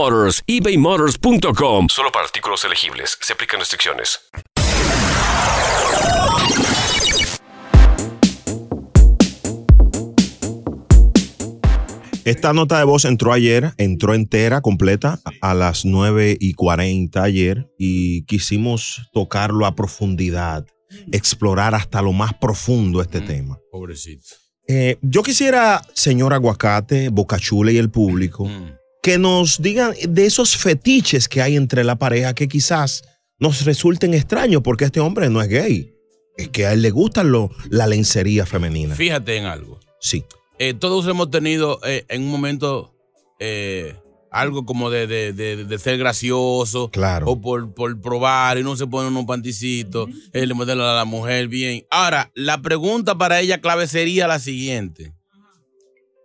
[SPEAKER 12] ebaymotors.com. Solo para artículos elegibles. Se aplican restricciones.
[SPEAKER 1] Esta nota de voz entró ayer, entró entera, completa, a las 9 y 40 ayer y quisimos tocarlo a profundidad,
[SPEAKER 6] Mm.
[SPEAKER 1] explorar hasta lo más profundo este tema.
[SPEAKER 6] Pobrecito.
[SPEAKER 1] Eh, yo quisiera, señor Aguacate, Bocachule y el público,
[SPEAKER 6] Mm.
[SPEAKER 1] que nos digan de esos fetiches que hay entre la pareja que quizás nos resulten extraños porque este hombre no es gay. Es que a él le gustan lo- la lencería femenina.
[SPEAKER 6] Fíjate en algo.
[SPEAKER 1] Sí.
[SPEAKER 6] Eh, todos hemos tenido eh, en un momento eh, algo como de, de- de- de ser gracioso.
[SPEAKER 1] Claro.
[SPEAKER 6] O por, por probar y no se pone unos panticitos. eh, le modela a la mujer bien. Ahora, la pregunta para ella clave sería la siguiente: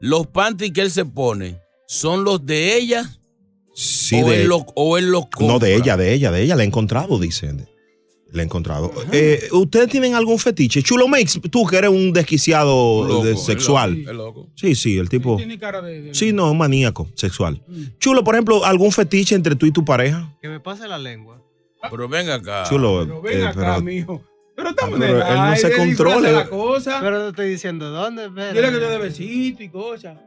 [SPEAKER 6] ¿Los panties que él se pone son los de ella?
[SPEAKER 1] Sí,
[SPEAKER 6] o,
[SPEAKER 1] de-
[SPEAKER 6] él los, o él los
[SPEAKER 1] No,
[SPEAKER 6] compra?
[SPEAKER 1] de ella, de ella, de ella. La he encontrado, dice. La he encontrado. Eh, ¿Ustedes tienen algún fetiche? Chulo Mix, tú que eres un desquiciado de- sexual. Sí, sí, el tipo. Sí, no, un maníaco sexual. Chulo, por ejemplo, ¿algún fetiche entre tú y tu pareja?
[SPEAKER 20] Que me pase la lengua.
[SPEAKER 6] Pero venga acá.
[SPEAKER 1] Chulo, eh, pero-
[SPEAKER 6] mijo.
[SPEAKER 19] Pero estamos
[SPEAKER 16] pero
[SPEAKER 19] en el
[SPEAKER 16] él no se
[SPEAKER 19] aire,
[SPEAKER 16] controla.
[SPEAKER 19] disfraza la cosa.
[SPEAKER 20] Pero te estoy diciendo dónde, pero.
[SPEAKER 19] Dile que te dé besito y cosas.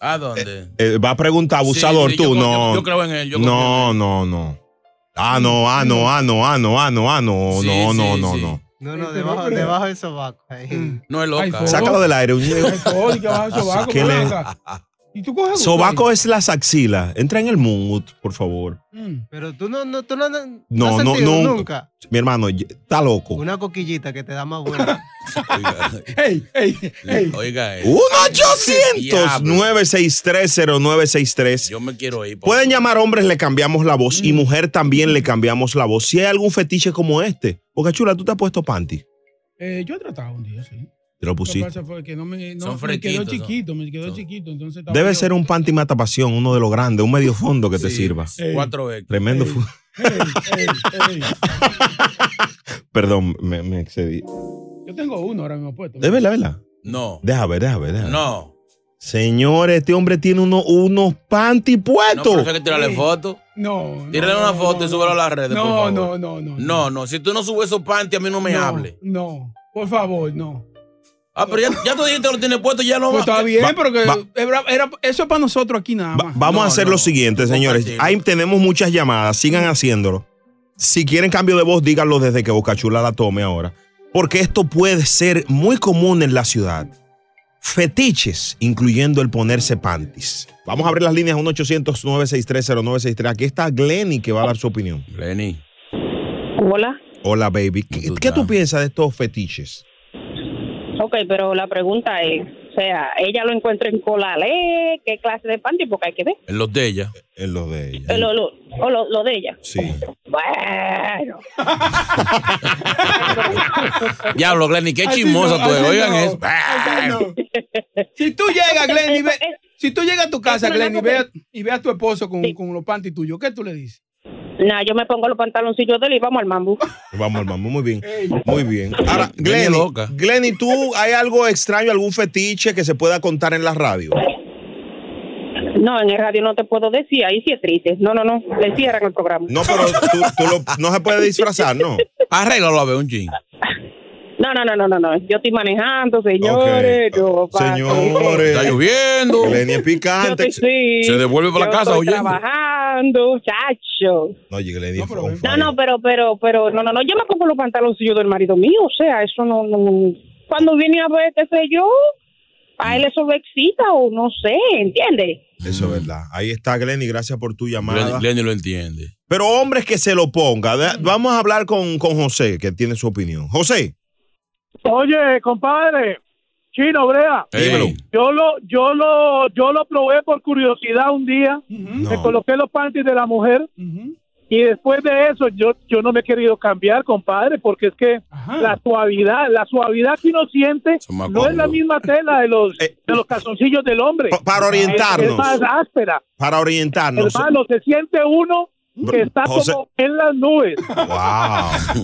[SPEAKER 6] ¿A dónde?
[SPEAKER 1] Eh, va a preguntar, abusador,
[SPEAKER 6] Sí, sí,
[SPEAKER 1] tú.
[SPEAKER 6] yo-
[SPEAKER 1] no.
[SPEAKER 6] yo- yo creo en él, yo
[SPEAKER 1] no, no, no. Ah, no, ah, no, ah, no, ah, no, ah, no, ah, no,
[SPEAKER 6] Sí,
[SPEAKER 1] no, no,
[SPEAKER 6] sí,
[SPEAKER 1] no,
[SPEAKER 6] sí.
[SPEAKER 1] no.
[SPEAKER 20] No, no, debajo, debajo del sobaco. Ahí.
[SPEAKER 6] No es
[SPEAKER 1] loca. Sácalo del aire, un-
[SPEAKER 20] Ay,
[SPEAKER 2] Oye, que baja el sobaco,
[SPEAKER 1] ¿Qué
[SPEAKER 2] ven
[SPEAKER 1] le-
[SPEAKER 2] acá. ¿Y tú coges
[SPEAKER 1] Sobaco es las axilas. Entra en el mood, por favor.
[SPEAKER 20] Pero tú no, no, tú no, no,
[SPEAKER 1] No,
[SPEAKER 20] has
[SPEAKER 1] no,
[SPEAKER 20] sentido
[SPEAKER 1] no.
[SPEAKER 20] nunca.
[SPEAKER 1] Mi hermano, y- está loco.
[SPEAKER 20] Una coquillita que te da más buena.
[SPEAKER 2] ey, ey,
[SPEAKER 6] ey. Oiga, eh.
[SPEAKER 1] 1
[SPEAKER 6] Diablo.
[SPEAKER 1] 800 963
[SPEAKER 6] Yo me quiero ir. Mm.
[SPEAKER 1] Pueden llamar hombres, le cambiamos la voz. Y mujer también le cambiamos la voz. Si hay algún fetiche como este. Porque chula, tú te has puesto panty.
[SPEAKER 2] Eh, yo he tratado un día, sí.
[SPEAKER 1] Te lo
[SPEAKER 2] Lo que
[SPEAKER 1] pusiste.
[SPEAKER 2] pasa fue que no me, no,
[SPEAKER 6] Son
[SPEAKER 2] me quedó
[SPEAKER 6] fresquitos, son.
[SPEAKER 2] chiquito, me quedó chiquito. Entonces estaba
[SPEAKER 1] Debe
[SPEAKER 2] yo-
[SPEAKER 1] ser un panty mata pasión, uno de los grandes, un medio fondo que te sirva.
[SPEAKER 2] Ey.
[SPEAKER 6] Cuatro veces.
[SPEAKER 1] Tremendo. fu-
[SPEAKER 2] Ey, ey, ey.
[SPEAKER 1] Perdón, me, me excedí.
[SPEAKER 2] Yo tengo uno ahora mismo puesto.
[SPEAKER 1] De verdad, verdad.
[SPEAKER 6] No.
[SPEAKER 1] Deja ver, deja ver, deja ver.
[SPEAKER 6] No.
[SPEAKER 1] Señores, este hombre tiene uno- unos panty
[SPEAKER 6] No, por
[SPEAKER 1] puestos.
[SPEAKER 6] eso hay que tirarle foto.
[SPEAKER 2] No.
[SPEAKER 6] Tírale una foto y súbelo a las redes, por
[SPEAKER 2] No,
[SPEAKER 6] favor.
[SPEAKER 2] no, no, no.
[SPEAKER 6] No, no. Si tú no subes esos panties, a mí no me hable.
[SPEAKER 2] No. Por favor, no.
[SPEAKER 6] Ah, pero ya, ya tú dijiste que lo tienes puesto, ya no
[SPEAKER 2] Pues
[SPEAKER 6] va.
[SPEAKER 2] está bien, pero que
[SPEAKER 1] va-
[SPEAKER 2] era- era- eso es para nosotros aquí nada más.
[SPEAKER 1] Vamos a hacer lo siguiente, señores. Ahí tenemos muchas llamadas, sigan haciéndolo. Si quieren cambio de voz, díganlo desde que Bocachula la tome ahora. Porque esto puede ser muy común en la ciudad. Fetiches, incluyendo el ponerse panties. Vamos a abrir las líneas 1-800-963-0963. Aquí está Glenny que va a dar su opinión.
[SPEAKER 6] Glenny.
[SPEAKER 21] Hola.
[SPEAKER 1] Hola, baby. ¿Qué tú, ¿qué tú piensas de estos fetiches?
[SPEAKER 21] Ok, pero la pregunta es, o sea, ella lo encuentra en Colale, ¿qué clase de panty? Porque hay que ver. Eh,
[SPEAKER 6] En los de ella.
[SPEAKER 1] En los de ella.
[SPEAKER 21] Lo, lo, o lo, lo de ella.
[SPEAKER 1] Sí.
[SPEAKER 21] Bueno.
[SPEAKER 6] Diablo, Glenny, qué
[SPEAKER 19] Así
[SPEAKER 6] chismosa
[SPEAKER 19] no,
[SPEAKER 6] tú eres.
[SPEAKER 19] así
[SPEAKER 6] Oigan
[SPEAKER 19] no.
[SPEAKER 6] eso.
[SPEAKER 2] Si tú llegas, Glenny, ve- si tú llegas a tu casa,
[SPEAKER 21] Eso no es
[SPEAKER 2] Glenny, y
[SPEAKER 21] algo
[SPEAKER 2] ve, a- y ve a tu esposo con, con los panties tuyos, ¿qué tú le dices?
[SPEAKER 21] Nah, yo me pongo los pantaloncillos de él y vamos al mambo.
[SPEAKER 1] Vamos, hermano, muy bien. Muy bien. Ahora, Glenny, Glenny, ¿tú hay algo extraño, algún fetiche que se pueda contar en la radio?
[SPEAKER 21] No, en el radio no te puedo decir, ahí sí es triste. No, no, no, le cierran el programa.
[SPEAKER 1] No, pero tú, tú lo- no se puede disfrazar, ¿no?
[SPEAKER 6] Arréglalo a ver un chin.
[SPEAKER 21] No, no, no, no, no, no. yo estoy manejando, señores. yo paso.
[SPEAKER 1] Señores.
[SPEAKER 6] Está lloviendo.
[SPEAKER 1] Glenny es
[SPEAKER 21] Yo
[SPEAKER 1] picante.
[SPEAKER 21] estoy- sí,
[SPEAKER 6] Se devuelve para la
[SPEAKER 21] yo
[SPEAKER 6] casa
[SPEAKER 21] estoy
[SPEAKER 6] oyendo.
[SPEAKER 21] trabajando, chacho.
[SPEAKER 1] No, oye, Glenny oh, es on
[SPEAKER 21] No, no, pero, pero, pero, no, no, no, yo me pongo los pantaloncillos del marido mío, o sea, eso no, no, no. cuando viene a ver, qué sé yo, a él eso lo excita o no sé, ¿entiendes?
[SPEAKER 1] Eso es verdad. Ahí está Glenny, gracias por tu llamada.
[SPEAKER 6] Glenny, Glenny lo entiende.
[SPEAKER 1] Pero hombres que se lo ponga. Ve- Vamos a hablar con, con José, que tiene su opinión. José,
[SPEAKER 8] Oye, compadre, Chino Brea,
[SPEAKER 1] dímelo.
[SPEAKER 8] yo lo, yo lo, yo lo probé por curiosidad un día, me coloqué los panties de la mujer y después de eso yo, yo no me he querido cambiar, compadre, porque es que la suavidad, la suavidad que uno siente
[SPEAKER 1] más
[SPEAKER 8] no es la misma tela de los, de los calzoncillos del hombre.
[SPEAKER 1] Eh, para orientarnos. Ah,
[SPEAKER 8] Es, es más áspera.
[SPEAKER 1] Para orientarnos.
[SPEAKER 8] Hermano, se siente uno que está
[SPEAKER 1] José-
[SPEAKER 8] como en las nubes.
[SPEAKER 1] Wow.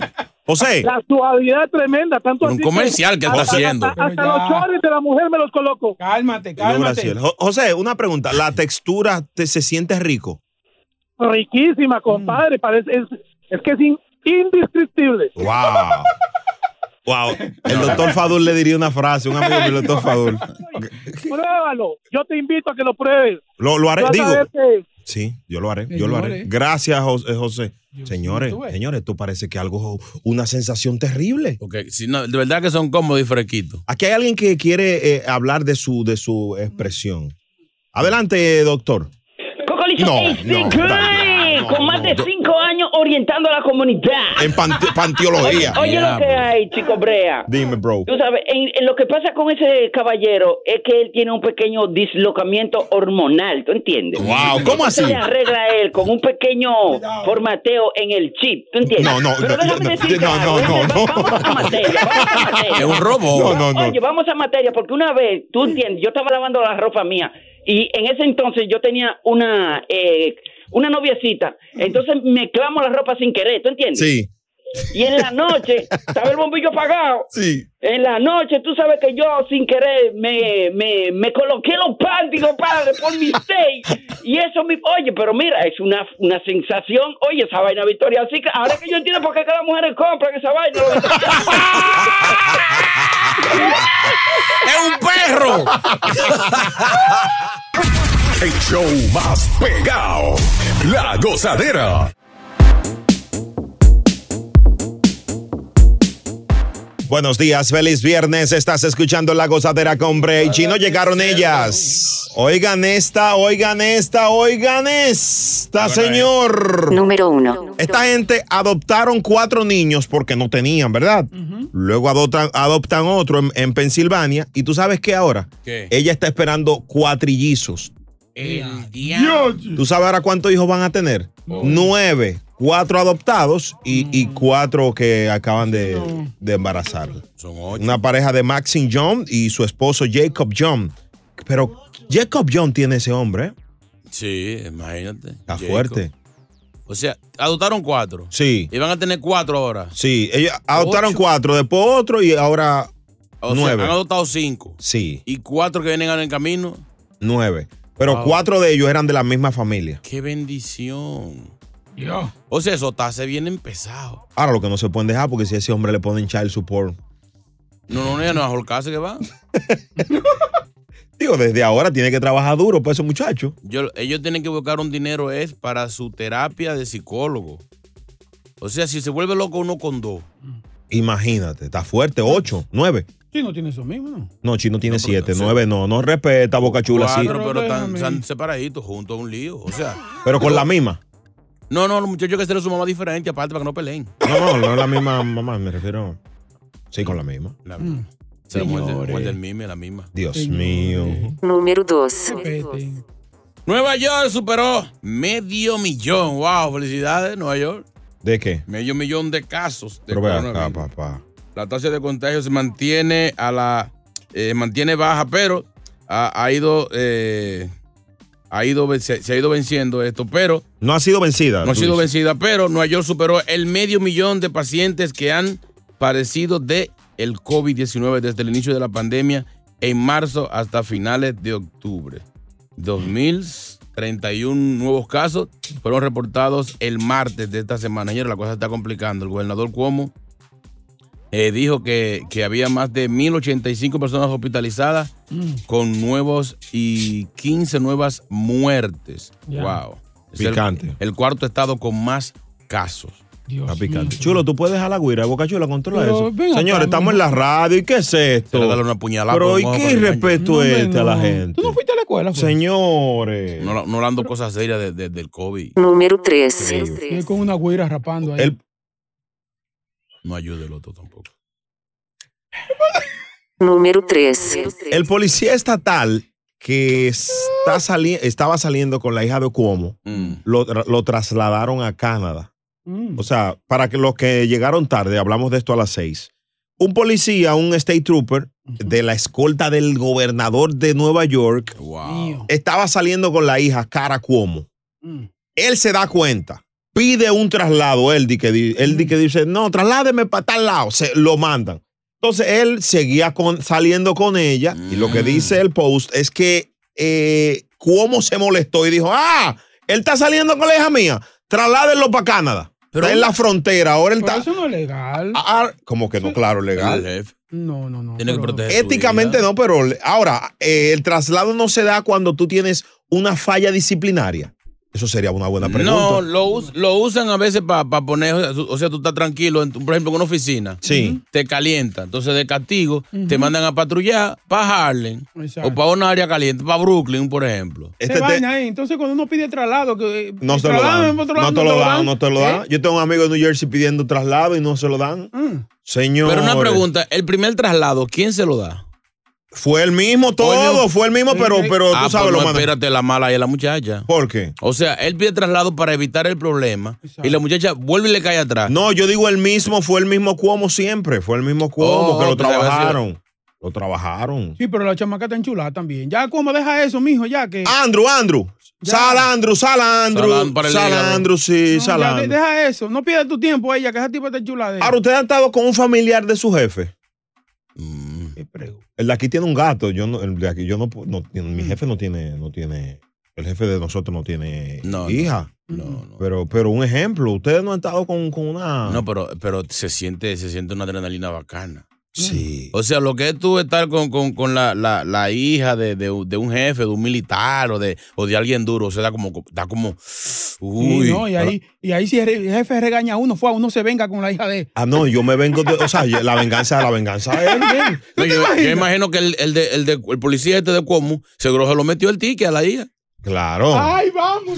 [SPEAKER 1] José.
[SPEAKER 8] La suavidad tremenda, tanto
[SPEAKER 6] Un
[SPEAKER 8] así
[SPEAKER 6] comercial que él está
[SPEAKER 8] hasta-
[SPEAKER 6] haciendo.
[SPEAKER 8] Hasta, hasta los chores de la mujer me los coloco.
[SPEAKER 2] Cálmate,
[SPEAKER 1] No, Graciela. Jo- José, una pregunta. ¿La textura te, se siente rico?
[SPEAKER 8] Riquísima, compadre. Parece, es, es que es in- indescriptible.
[SPEAKER 1] Wow. Wow. El doctor Fadul le diría una frase, un amigo del doctor Fadul.
[SPEAKER 8] Pruébalo. Yo te invito a que lo pruebes.
[SPEAKER 1] Lo, lo haré,
[SPEAKER 8] Vas a
[SPEAKER 1] digo.
[SPEAKER 8] ver que-
[SPEAKER 1] Sí, yo lo haré, yo lo haré. Gracias, Jos- eh, José. Señores, señores, esto parece que algo, una sensación terrible.
[SPEAKER 6] Porque si no, de verdad que son cómodos y fresquitos.
[SPEAKER 1] Aquí hay alguien que quiere eh, hablar de su, de su expresión. Adelante, doctor.
[SPEAKER 22] Cocolizo
[SPEAKER 1] No,
[SPEAKER 22] AC
[SPEAKER 1] no,
[SPEAKER 22] Green, con más de cinco años orientando a la comunidad.
[SPEAKER 1] En pante- panteología.
[SPEAKER 22] Oye, oye lo que hay, chico Brea.
[SPEAKER 1] Dime, bro.
[SPEAKER 22] Tú sabes, en- en lo que pasa con ese caballero es que él tiene un pequeño dislocamiento hormonal, ¿tú entiendes?
[SPEAKER 1] Wow, ¿cómo así?
[SPEAKER 22] Eso Se le arregla a él con un pequeño formateo en el chip, ¿tú entiendes?
[SPEAKER 1] No, no,
[SPEAKER 22] Pero
[SPEAKER 1] no,
[SPEAKER 22] déjame
[SPEAKER 1] no,
[SPEAKER 22] decirte
[SPEAKER 1] no,
[SPEAKER 22] algo,
[SPEAKER 1] no,
[SPEAKER 22] ¿eh?
[SPEAKER 1] no,
[SPEAKER 22] Va- Vamos a materia, vamos a materia. Es un robo. No,
[SPEAKER 1] no, no.
[SPEAKER 22] Oye, vamos a materia, porque una vez, tú entiendes, yo estaba lavando la ropa mía y en ese entonces yo tenía una, eh, una noviecita, entonces me clamo la ropa sin querer, ¿tú entiendes?
[SPEAKER 1] Sí.
[SPEAKER 22] Y en la noche, estaba el bombillo apagado.
[SPEAKER 1] Sí.
[SPEAKER 22] En la noche, tú sabes que yo sin querer me, me, me coloqué los panties, compadre, por mis seis. Y eso, mi, oye, pero mira, es una, una sensación. Oye, esa vaina, Victoria. Así que ahora que yo entiendo por qué cada mujer compra esa vaina.
[SPEAKER 6] ¡Es un perro!
[SPEAKER 4] El show más pegado. La gozadera.
[SPEAKER 1] Buenos días, feliz viernes. Estás escuchando La Gozadera con Brea y Chino. Llegaron ellas. Oigan esta, oigan esta, oigan esta, señor.
[SPEAKER 5] Número uno.
[SPEAKER 1] Esta gente adoptaron cuatro niños porque no tenían, ¿verdad? Luego adoptan, adoptan otro en, en Pensilvania. Y tú sabes qué ahora?
[SPEAKER 6] ¿Qué?
[SPEAKER 1] Ella está esperando cuatrillizos.
[SPEAKER 6] El diablo.
[SPEAKER 1] ¿Tú sabes ahora cuántos hijos van a tener?
[SPEAKER 6] Oh.
[SPEAKER 1] Nueve. Cuatro adoptados y, y
[SPEAKER 6] Mm.
[SPEAKER 1] cuatro que acaban de, de embarazar. Una pareja de Maxine John y su esposo Jacob John. Pero Jacob John tiene ese hombre. ¿eh?
[SPEAKER 6] Sí, imagínate. Está
[SPEAKER 1] fuerte.
[SPEAKER 6] O sea, adoptaron cuatro.
[SPEAKER 1] Sí.
[SPEAKER 6] Y van a tener cuatro ahora.
[SPEAKER 1] Sí, ellos adoptaron
[SPEAKER 6] Ocho.
[SPEAKER 1] cuatro, después otro y ahora
[SPEAKER 6] O sea,
[SPEAKER 1] nueve.
[SPEAKER 6] han adoptado cinco.
[SPEAKER 1] sí,
[SPEAKER 6] Y cuatro que vienen ahora en camino.
[SPEAKER 1] nueve. Pero
[SPEAKER 6] Wow.
[SPEAKER 1] cuatro de ellos eran de la misma familia.
[SPEAKER 6] ¡Qué bendición! O sea, esos tases vienen pesados.
[SPEAKER 1] Ahora lo que no se pueden dejar porque si a ese hombre le ponen child support.
[SPEAKER 6] No, no, no, ya no es holcarse que van.
[SPEAKER 1] Digo, desde ahora tiene que trabajar duro para ese muchacho.
[SPEAKER 6] Yo- ellos tienen que buscar un dinero es para su terapia de psicólogo. O sea, si se vuelve loco uno con dos.
[SPEAKER 1] Imagínate, está fuerte, ocho, nueve.
[SPEAKER 2] Sí, no tiene eso mismo, ¿no?
[SPEAKER 1] No, Chino tiene siete, nueve, no, no respeta, Boca Chula, sí.
[SPEAKER 6] cuatro, pero están, están separaditos, juntos, un lío. O sea,
[SPEAKER 1] Pero con la misma.
[SPEAKER 6] no, no, los muchachos que tienen su mamá diferente, aparte, para que no peleen.
[SPEAKER 1] No, no, no es la misma mamá, me refiero. Sí, con la misma.
[SPEAKER 6] La
[SPEAKER 2] Mm.
[SPEAKER 6] misma. Se muerde, muerde el mime, la misma.
[SPEAKER 1] Dios mío.
[SPEAKER 5] Número dos.
[SPEAKER 6] Nueva York superó medio millón. Wow, felicidades, Nueva York.
[SPEAKER 1] ¿De qué?
[SPEAKER 6] Medio millón de casos. De
[SPEAKER 1] Pero ve acá,
[SPEAKER 6] coronavirus.
[SPEAKER 1] papá.
[SPEAKER 6] La tasa de contagio se mantiene a la eh, mantiene baja, pero ha, ha ido eh, ha ido ven- se, se ha ido venciendo esto, pero
[SPEAKER 1] No ha sido vencida.
[SPEAKER 6] no ha
[SPEAKER 1] tú
[SPEAKER 6] sido
[SPEAKER 1] dices.
[SPEAKER 6] vencida, pero Nueva York superó el medio millón de pacientes que han padecido de el COVID-19 desde el inicio de la pandemia en marzo hasta finales de octubre. 2031 nuevos casos fueron reportados el martes de esta semana. Ayer la cosa se está complicando. El gobernador Cuomo eh, dijo que, que había más de 1.085 personas hospitalizadas con nuevos y 15 nuevas muertes.
[SPEAKER 1] Ya.
[SPEAKER 6] Wow. Es el-
[SPEAKER 1] Picante.
[SPEAKER 6] El, cuarto estado con más casos.
[SPEAKER 1] Está picante. Chulo, tú puedes dejar la guira, Boca Chula, controla
[SPEAKER 6] Pero
[SPEAKER 1] eso.
[SPEAKER 6] ven acá,
[SPEAKER 1] Señores, estamos en la radio, ¿y qué es esto?
[SPEAKER 6] Pero dale una puñalada
[SPEAKER 1] Pero,
[SPEAKER 6] por
[SPEAKER 1] ¿y
[SPEAKER 6] el
[SPEAKER 1] qué
[SPEAKER 6] mojo,
[SPEAKER 1] irrespeto
[SPEAKER 6] por el
[SPEAKER 1] es
[SPEAKER 6] baño.
[SPEAKER 1] este a la gente?
[SPEAKER 6] ¿Tú no fuiste a la escuela? pues.
[SPEAKER 1] Señores.
[SPEAKER 6] No, no hablando cosas serias de- de- del COVID.
[SPEAKER 5] Número tres.
[SPEAKER 2] Es con una güira rapando ahí.
[SPEAKER 6] No ayude el otro tampoco.
[SPEAKER 5] Número tres.
[SPEAKER 1] El policía estatal que está sali- estaba saliendo con la hija de Cuomo, lo, tra- lo trasladaron a Canadá. O sea, para que los que llegaron tarde, hablamos de esto a las seis. Un policía, un state trooper de la escolta del gobernador de Nueva York, estaba saliendo con la hija Cara Cuomo. Él se da cuenta, pide un traslado, él, di que, di- él di que dice, no, trasládeme para tal lado, se, lo mandan. Entonces él seguía con- saliendo con ella y lo que
[SPEAKER 2] Mm.
[SPEAKER 1] dice el post es que eh, Cuomo se molestó y dijo, ah, él está saliendo con la hija mía, trasládenlo para Canadá. está en la frontera, ahora él
[SPEAKER 2] Pero
[SPEAKER 1] está...
[SPEAKER 2] eso no es legal.
[SPEAKER 1] Ah, ah, como que no, claro, legal.
[SPEAKER 2] No, no, no.
[SPEAKER 6] Tiene que proteger. tu
[SPEAKER 1] Éticamente no, pero le- ahora, eh, el traslado no se da cuando tú tienes una falla disciplinaria. Eso sería una buena pregunta.
[SPEAKER 6] No, lo, us- lo usan a veces para poner, o sea, tú- o sea, tú estás tranquilo, en tu- por ejemplo, en una oficina.
[SPEAKER 1] Sí.
[SPEAKER 6] Te calienta. Entonces, de castigo,
[SPEAKER 2] Ujú.
[SPEAKER 6] te mandan a patrullar para Harlem
[SPEAKER 2] Exacto.
[SPEAKER 6] o para una área caliente, para Brooklyn, por ejemplo.
[SPEAKER 1] Este
[SPEAKER 2] Se vaina ahí. Entonces, cuando uno pide traslado, que,
[SPEAKER 1] No
[SPEAKER 2] eh,
[SPEAKER 1] te lo
[SPEAKER 2] traslado
[SPEAKER 1] dan.
[SPEAKER 2] en
[SPEAKER 1] No
[SPEAKER 2] otro
[SPEAKER 1] te
[SPEAKER 2] lado,
[SPEAKER 1] lo dan, no te lo
[SPEAKER 2] ¿Eh?
[SPEAKER 1] dan. Yo tengo un amigo de New Jersey pidiendo traslado y no se lo dan.
[SPEAKER 2] Mm.
[SPEAKER 1] Señor.
[SPEAKER 6] Pero una pregunta, el primer traslado, ¿quién se lo da?
[SPEAKER 1] Fue el mismo todo, fue el mismo,
[SPEAKER 2] Eh,
[SPEAKER 1] pero, pero
[SPEAKER 6] Ah,
[SPEAKER 1] tú sabes
[SPEAKER 6] pues
[SPEAKER 1] lo
[SPEAKER 6] no,
[SPEAKER 1] mandan.
[SPEAKER 6] espérate, la mala es la muchacha.
[SPEAKER 1] ¿Por qué?
[SPEAKER 6] O sea, él pide traslado para evitar el problema y la muchacha vuelve y le cae atrás.
[SPEAKER 1] No, yo digo el mismo, fue el mismo Cuomo siempre. Fue el mismo Cuomo
[SPEAKER 6] Oh,
[SPEAKER 1] que lo
[SPEAKER 6] pensaba que
[SPEAKER 1] trabajaron. Lo trabajaron.
[SPEAKER 2] Sí, pero la chamaca está enchulada también. Ya, como deja eso, mijo? Ya que.
[SPEAKER 1] Andrew, Andrew. Salandru, Salandru.
[SPEAKER 2] Salan para el
[SPEAKER 1] Salandru, sí,
[SPEAKER 2] Ya, de-
[SPEAKER 1] Salandru.
[SPEAKER 2] deja eso. No pierdas tu tiempo a ella, que esa tipa está chula de
[SPEAKER 1] Ahora, ¿usted ha estado con un familiar de su jefe? El de aquí tiene un gato. Yo no, el de aquí, yo no, pu- no tiene-
[SPEAKER 2] Mm.
[SPEAKER 1] mi jefe no tiene, no tiene, el jefe de nosotros no tiene hija. Pero, pero un ejemplo, ustedes no han estado con, con una.
[SPEAKER 6] No, pero, pero se siente, se siente una adrenalina bacana.
[SPEAKER 1] Sí.
[SPEAKER 6] O sea, lo que es tú estar con, con, con la, la, la hija de, de, un- de un jefe, de un militar o de, o de alguien duro, o sea, da como, da como, uy.
[SPEAKER 2] y, no, y ahí, y ahí si el re- jefe regaña a uno, fue a uno se venga con la hija de él.
[SPEAKER 1] Ah, no, yo me vengo de. O sea, yo- la venganza, la venganza es bien.
[SPEAKER 6] No, yo, yo imagino que el, el, de, el, de, el policía este de Cuomo seguro se lo metió el ticket a la hija.
[SPEAKER 1] Claro.
[SPEAKER 2] ¡Ay, vamos!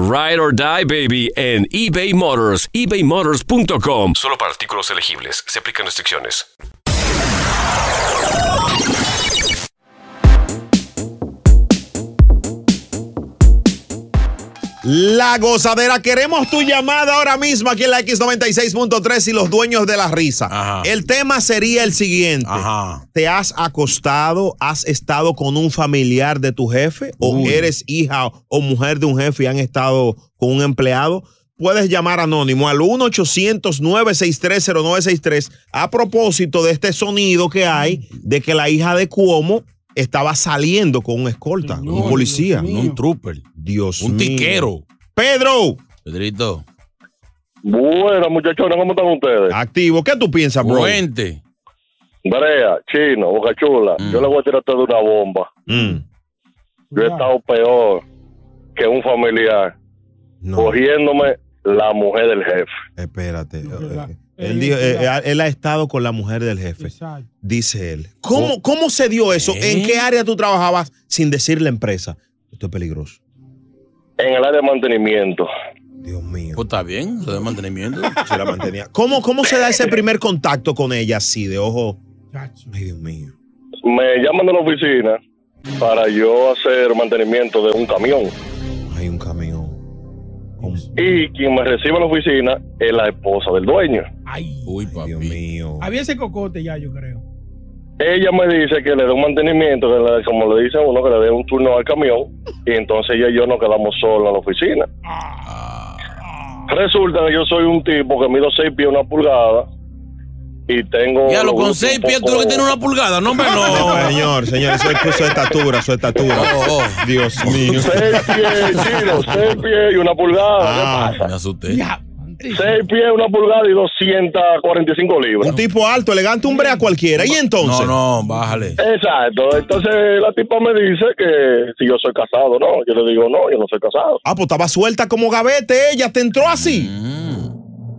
[SPEAKER 12] Ride or Die, baby, en eBay Motors, ebaymotors.com.
[SPEAKER 13] Solo para artículos elegibles. Se aplican restricciones.
[SPEAKER 1] La gozadera, queremos tu llamada ahora mismo aquí en la X96.3 y los dueños de la risa. El tema sería el siguiente. ¿Te has acostado, has estado con un familiar de tu jefe o eres hija o mujer de un jefe y han estado con un empleado? Puedes llamar anónimo al 1-800-963-0963 a propósito de este sonido que hay de que la hija de Cuomo estaba saliendo con un escolta, un policía.
[SPEAKER 6] Un trooper.
[SPEAKER 1] Dios
[SPEAKER 6] Un
[SPEAKER 1] mío.
[SPEAKER 6] tiquero.
[SPEAKER 1] Pedro.
[SPEAKER 6] Pedrito.
[SPEAKER 3] Bueno, muchachones, ¿cómo están ustedes?
[SPEAKER 1] Activo. ¿Qué tú piensas, bro?
[SPEAKER 6] Cuente.
[SPEAKER 3] Brea, Chino, Boca Chula,
[SPEAKER 6] Mm.
[SPEAKER 3] yo le voy a tirar a ustedes una bomba.
[SPEAKER 1] Mm.
[SPEAKER 3] Yo he estado peor que un familiar cogiéndome la mujer del jefe.
[SPEAKER 1] Espérate. Él, dijo, eh, eh, él ha estado con la mujer del jefe, dice él. ¿Cómo, ¿Cómo se dio eso? ¿En qué área tú trabajabas sin decir la empresa? Esto es peligroso.
[SPEAKER 3] En el área de mantenimiento.
[SPEAKER 6] Pues está bien, se da mantenimiento.
[SPEAKER 1] Se la mantenía. ¿Cómo, ¿Cómo se da ese primer contacto con ella así, de ojo?
[SPEAKER 3] Me llaman de la oficina para yo hacer mantenimiento de un camión. Hay un camión. Y quien me recibe en la oficina es la esposa del dueño.
[SPEAKER 6] Uy, papi. Dios
[SPEAKER 1] mío.
[SPEAKER 2] Había ese cocote ya, yo creo.
[SPEAKER 3] Ella me dice que le dé un mantenimiento, que le- como le dice a uno, que le dé un turno al camión, y entonces ella y yo nos quedamos solos en la oficina. Resulta que yo soy un tipo que mido seis pies, una pulgada, y tengo.
[SPEAKER 6] Ya
[SPEAKER 3] los
[SPEAKER 6] lo con
[SPEAKER 3] glúteos
[SPEAKER 6] seis
[SPEAKER 3] un
[SPEAKER 6] pies, tú lo
[SPEAKER 3] poco-
[SPEAKER 6] que tienes una pulgada, no me no. Oh,
[SPEAKER 1] Señor, señor, eso es su estatura, su estatura. Dios mío.
[SPEAKER 3] Seis pies, chino, seis pies y una pulgada.
[SPEAKER 1] Ah.
[SPEAKER 3] ¿Qué pasa?
[SPEAKER 6] Ah, Me asusté.
[SPEAKER 3] Seis pies, una pulgada y 245 libras.
[SPEAKER 1] Un tipo alto, elegante, un brea cualquiera. ¿Y entonces?
[SPEAKER 6] No, no, bájale.
[SPEAKER 3] Exacto. Entonces la tipa me dice que si yo soy casado, no. Yo le digo, no, yo no soy casado.
[SPEAKER 1] Ah, pues estaba suelta como gavete ella, te entró
[SPEAKER 6] Mm.
[SPEAKER 1] así.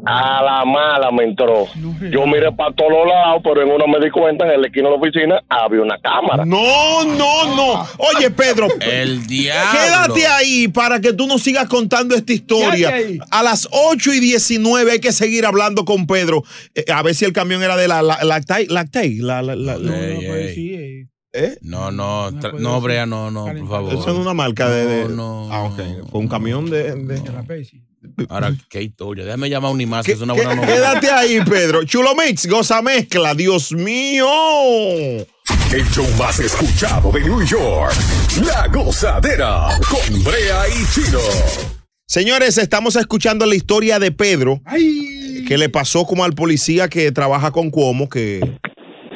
[SPEAKER 3] A la mala me entró. Yo miré para todos los lados, pero en uno me di cuenta, en el esquina de la oficina había una cámara.
[SPEAKER 1] No, no, no. Oye, Pedro.
[SPEAKER 6] El diablo.
[SPEAKER 1] Quédate ahí para que tú nos sigas contando esta historia.
[SPEAKER 6] Quédate ahí.
[SPEAKER 1] A las 8 y 19 hay que seguir hablando con Pedro. Eh, a ver si el camión era de la la- Lactay. Lactay. La, la, la-
[SPEAKER 6] Ey, pues ey.
[SPEAKER 1] ¿Eh?
[SPEAKER 6] No, no, tra- no, Brea, no, no, por favor.
[SPEAKER 1] Eso es una marca de. de-
[SPEAKER 6] No,
[SPEAKER 1] ah, ok. Fue un camión de. de-
[SPEAKER 6] Ahora, qué historia. Déjame llamar a Unimás, que es una
[SPEAKER 1] ¿Qué-
[SPEAKER 6] buena novela.
[SPEAKER 1] Quédate ahí, Pedro. Chulo Mix, goza mezcla. Dios mío.
[SPEAKER 4] El show más escuchado de New York. La gozadera con Brea y Chino.
[SPEAKER 1] Señores, estamos escuchando la historia de Pedro. Que le pasó como al policía que trabaja con Cuomo, que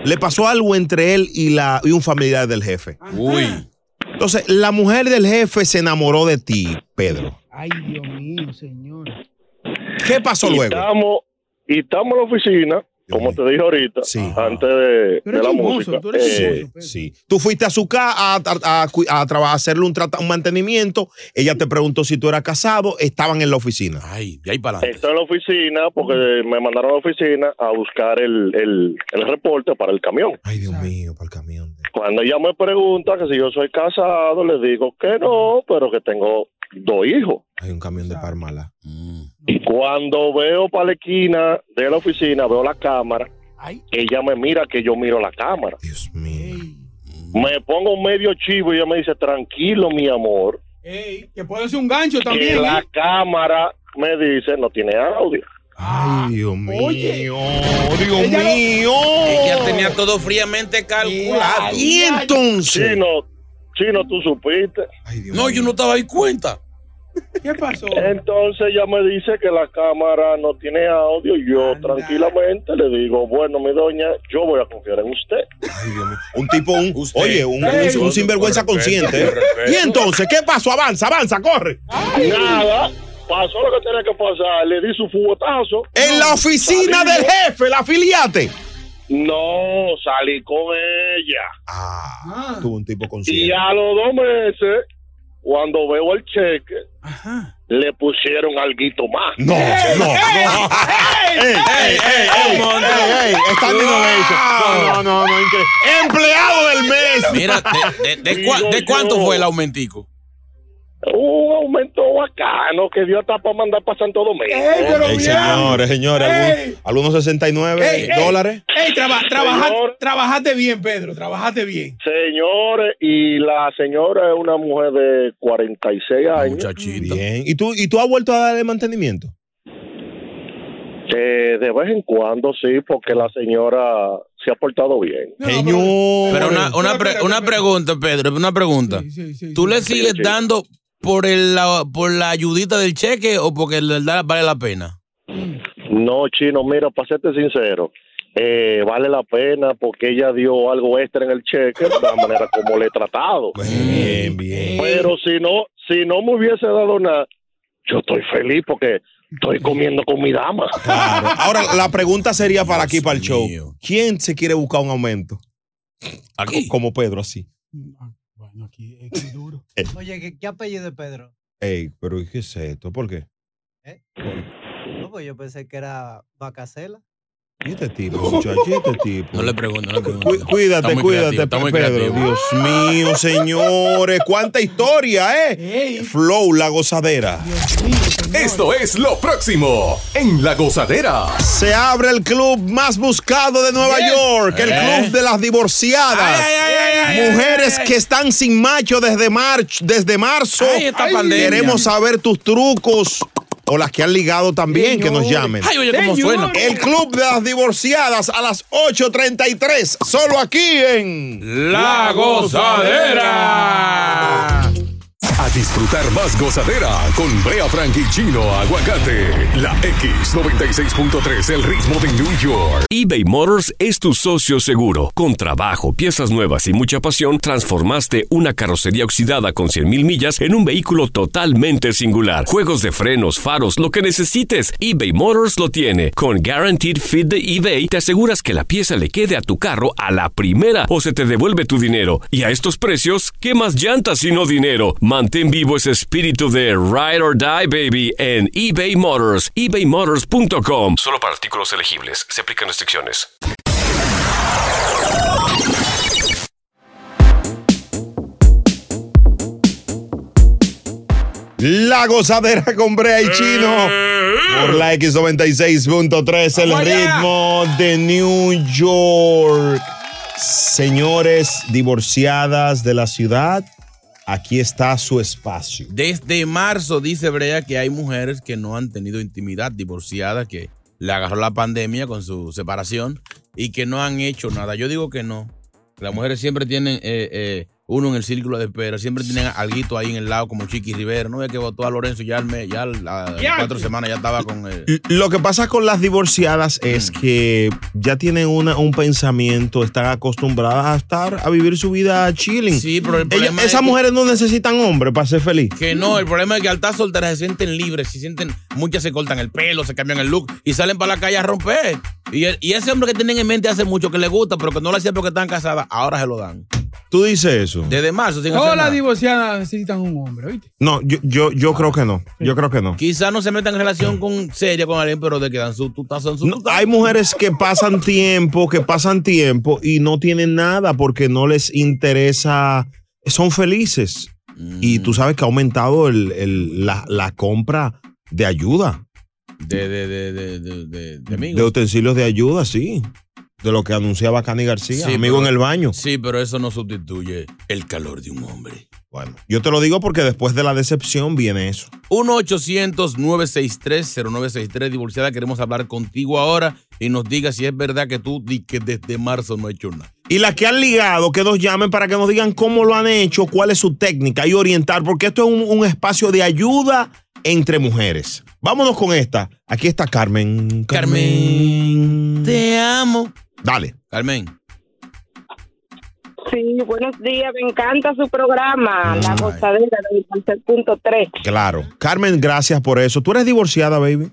[SPEAKER 1] le pasó algo entre él y, la, y un familiar del jefe.
[SPEAKER 6] Uy.
[SPEAKER 1] Entonces, la mujer del jefe se enamoró de ti, Pedro.
[SPEAKER 2] Ay, Dios mío, señor.
[SPEAKER 1] ¿Qué pasó
[SPEAKER 3] y
[SPEAKER 1] luego?
[SPEAKER 3] Estamos, y estamos en la oficina, como te dije ahorita, antes de, de la música. Eh,
[SPEAKER 1] Sí. Tú fuiste a su casa a, a- a cu- a trabajar, a hacerle un, trata- un mantenimiento. Ella te preguntó si tú eras casado. Estaban en la oficina.
[SPEAKER 6] Ay, y ahí para
[SPEAKER 3] Estoy en la oficina porque me mandaron a la oficina a buscar el, el, el reporte para el camión. Ay, Dios mío, para el camión. Cuando ella me pregunta que si yo soy casado, le digo que no, pero que tengo dos hijos.
[SPEAKER 16] Hay un camión de Parmala.
[SPEAKER 3] Y cuando veo para la esquina de la oficina, veo la cámara, ella me mira que yo miro la cámara. Dios mío. Me pongo medio chivo y ella me dice, tranquilo, mi amor.
[SPEAKER 2] Ey, que puede ser un gancho
[SPEAKER 3] que
[SPEAKER 2] también.
[SPEAKER 3] la
[SPEAKER 2] ¿eh?
[SPEAKER 3] cámara me dice, no tiene audio.
[SPEAKER 16] Ay, Dios mío.
[SPEAKER 2] Oye.
[SPEAKER 16] Dios
[SPEAKER 6] Ella lo-
[SPEAKER 16] mío.
[SPEAKER 6] Ella tenía todo fríamente calculado.
[SPEAKER 16] ¿Y entonces?
[SPEAKER 3] Chino, chino, tú supiste.
[SPEAKER 6] no, yo no estaba ahí cuenta.
[SPEAKER 2] ¿Qué pasó?
[SPEAKER 3] Entonces ella me dice que la cámara no tiene audio. Yo tranquilamente le digo, bueno, mi doña, yo voy a confiar en usted.
[SPEAKER 1] Un tipo, un, oye, un,
[SPEAKER 3] Ey.
[SPEAKER 1] un- un sinvergüenza
[SPEAKER 3] Con respeto,
[SPEAKER 1] consciente. ¿eh?
[SPEAKER 3] con respeto.
[SPEAKER 1] Y entonces, ¿qué pasó? Avanza, avanza, corre.
[SPEAKER 3] Ah. Nada, pasó lo que tenía que pasar. Le di su fugotazo.
[SPEAKER 1] En la oficina
[SPEAKER 3] Salimos.
[SPEAKER 1] del jefe, la afiliate.
[SPEAKER 3] No, salí con ella.
[SPEAKER 1] Ah. Tuvo un tipo consciente.
[SPEAKER 3] Y a los dos meses, cuando veo el cheque, le pusieron alguito más.
[SPEAKER 1] No, no, no. ¡Ey, ey, ey, ey! ¡Ey, ey! Standing ovation. No, no, no, no, increíble. ¡Empleado del mes!
[SPEAKER 6] Mira, ¿de, de- de cua-
[SPEAKER 3] Digo
[SPEAKER 6] de cuánto
[SPEAKER 3] yo.
[SPEAKER 6] fue el aumentico?
[SPEAKER 3] Un aumento bacano que dio hasta para mandar para Santo Domingo.
[SPEAKER 1] Ey, señores, señores, algunos, algunos 69
[SPEAKER 2] Ey, ey.
[SPEAKER 1] dólares.
[SPEAKER 2] Ey, traba- trabaja-
[SPEAKER 3] Señor.
[SPEAKER 2] trabajaste bien, Pedro, trabajaste bien.
[SPEAKER 3] Señores, y la señora es una mujer de 46 años.
[SPEAKER 1] Bien. ¿Y tú, ¿Y tú has vuelto a darle mantenimiento?
[SPEAKER 3] Eh, de vez en cuando sí, porque la señora se ha portado bien.
[SPEAKER 1] Señor.
[SPEAKER 6] Pero una, una, pre- una pregunta, Pedro, una pregunta. ¿Tú le sigues
[SPEAKER 3] Sí, sí.
[SPEAKER 6] dando por, el, la, por la ayudita del cheque o porque en verdad vale la pena?
[SPEAKER 3] No, chino, mira, para serte sincero, eh, vale la pena porque ella dio algo extra en el cheque de la manera como le he tratado.
[SPEAKER 1] Bien, bien.
[SPEAKER 3] Pero si no, si no me hubiese dado nada, yo estoy feliz porque estoy comiendo con mi dama.
[SPEAKER 1] Claro. Ahora, la pregunta sería para aquí, para el show. ¿Quién se quiere buscar un aumento? Co- Como Pedro, así.
[SPEAKER 20] Oye, ¿qué, qué apellido es Pedro?
[SPEAKER 1] Ey, pero ¿y ¿qué es esto? ¿Por qué?
[SPEAKER 20] No, pues yo pensé que era Bacacela.
[SPEAKER 1] ¿Y este tipo, muchacho? ¿Y este tipo?
[SPEAKER 6] No le pregunto, no le pregunto.
[SPEAKER 1] Cu- cuídate,
[SPEAKER 6] Está muy
[SPEAKER 1] cuídate,
[SPEAKER 6] creativo, está muy
[SPEAKER 1] Pedro.
[SPEAKER 6] creativo.
[SPEAKER 1] Dios mío, señores. ¿Cuánta historia, eh? Flow, la gozadera.
[SPEAKER 4] Esto es lo próximo en La Gozadera.
[SPEAKER 1] Se abre el club más buscado de Nueva
[SPEAKER 4] Bien.
[SPEAKER 1] York, el
[SPEAKER 4] Eh.
[SPEAKER 1] club de las divorciadas. Mujeres
[SPEAKER 6] ay, ay.
[SPEAKER 1] que están sin macho desde, march- desde marzo.
[SPEAKER 6] Ay, esta pandemia.
[SPEAKER 1] Queremos saber tus trucos. O las que han ligado también, que nos llamen.
[SPEAKER 6] Ay, oye, cómo Señores. suena.
[SPEAKER 1] El Club de las Divorciadas a las 8.33, solo aquí en
[SPEAKER 6] La
[SPEAKER 4] Gozadera. A disfrutar más gozadera con Brea Frank y Chino Aguacate. La X96.3, el ritmo de New York.
[SPEAKER 12] eBay Motors es tu socio seguro. Con trabajo, piezas nuevas y mucha pasión, transformaste una carrocería oxidada con 100.000 millas en un vehículo totalmente singular. Juegos de frenos, faros, lo que necesites, eBay Motors lo tiene. Con Guaranteed Fit de eBay, te aseguras que la pieza le quede a tu carro a la primera o se te devuelve tu dinero. Y a estos precios, ¿qué más llantas y no dinero? Mantén vivo ese espíritu de Ride or Die, baby, en eBay Motors, ebaymotors.com. Solo para artículos elegibles, se aplican restricciones.
[SPEAKER 1] La Gozadera con Brea y Chino.
[SPEAKER 6] Eh.
[SPEAKER 1] Por la X96.3, el ritmo de New York. Señores divorciadas de la ciudad, aquí está su espacio.
[SPEAKER 6] Desde marzo dice Brea que hay mujeres que no han tenido intimidad, divorciadas, que le agarró la pandemia con su separación y que no han hecho nada. Yo digo que no. Las mujeres siempre tienen eh, eh, uno en el círculo de espera, siempre tienen alguito ahí en el lado como Chiqui Rivera. No es que votó a Lorenzo ya, al mes- ya a las
[SPEAKER 2] Ya.
[SPEAKER 6] cuatro semanas ya estaba con... eh,
[SPEAKER 1] L- Lo que pasa con las divorciadas es que ya tienen una, un pensamiento, están acostumbradas a estar, a vivir su vida chilling.
[SPEAKER 6] Sí, pero el
[SPEAKER 1] Ellas-
[SPEAKER 6] problema es
[SPEAKER 1] Esas
[SPEAKER 6] que-
[SPEAKER 1] mujeres no necesitan hombre para ser feliz.
[SPEAKER 6] Que no, el problema es que al estar solteras se sienten libres, se sienten, muchas se cortan el pelo, se cambian el look y salen para la calle a romper. Y, el- y ese hombre que tienen en mente hace mucho que le gusta, pero que no lo hacía porque están casadas, ahora se lo dan.
[SPEAKER 1] ¿Tú dices eso?
[SPEAKER 6] Desde marzo. sin hacer
[SPEAKER 2] Todas las
[SPEAKER 6] nada.
[SPEAKER 2] divorciadas necesitan un hombre, ¿oíste?
[SPEAKER 1] No, yo, yo, yo creo que no. Yo creo que no.
[SPEAKER 6] Quizás no se metan en relación con seria con alguien, pero te quedan su tutazo en su
[SPEAKER 1] No, hay mujeres que pasan tiempo, que pasan tiempo y no tienen nada porque no les interesa. Son felices.
[SPEAKER 6] Mm.
[SPEAKER 1] Y tú sabes que ha aumentado el- el- la, la compra de ayuda,
[SPEAKER 6] de, de, de, de, de, de, de amigos.
[SPEAKER 1] de utensilios de ayuda, sí. De lo que anunciaba Cani García,
[SPEAKER 6] Sí,
[SPEAKER 1] amigo
[SPEAKER 6] pero-
[SPEAKER 1] en el baño.
[SPEAKER 6] Sí, pero eso no sustituye el calor de un hombre.
[SPEAKER 1] Yo te lo digo porque después de la decepción viene eso.
[SPEAKER 6] 1-800-963-0963, divorciada, queremos hablar contigo ahora y nos diga si es verdad que tú di que desde marzo no has hecho nada.
[SPEAKER 1] Y las que han ligado, que nos llamen para que nos digan cómo lo han hecho, cuál es su técnica y orientar, porque esto es un, un espacio de ayuda entre mujeres. Vámonos con esta. Aquí está Carmen. Carmen.
[SPEAKER 6] Te amo.
[SPEAKER 1] Dale.
[SPEAKER 6] Carmen.
[SPEAKER 21] Sí, buenos días, me encanta su programa, La Gozadera del tercer punto tres.
[SPEAKER 1] Claro. Carmen, gracias por eso. Tú eres divorciada, baby.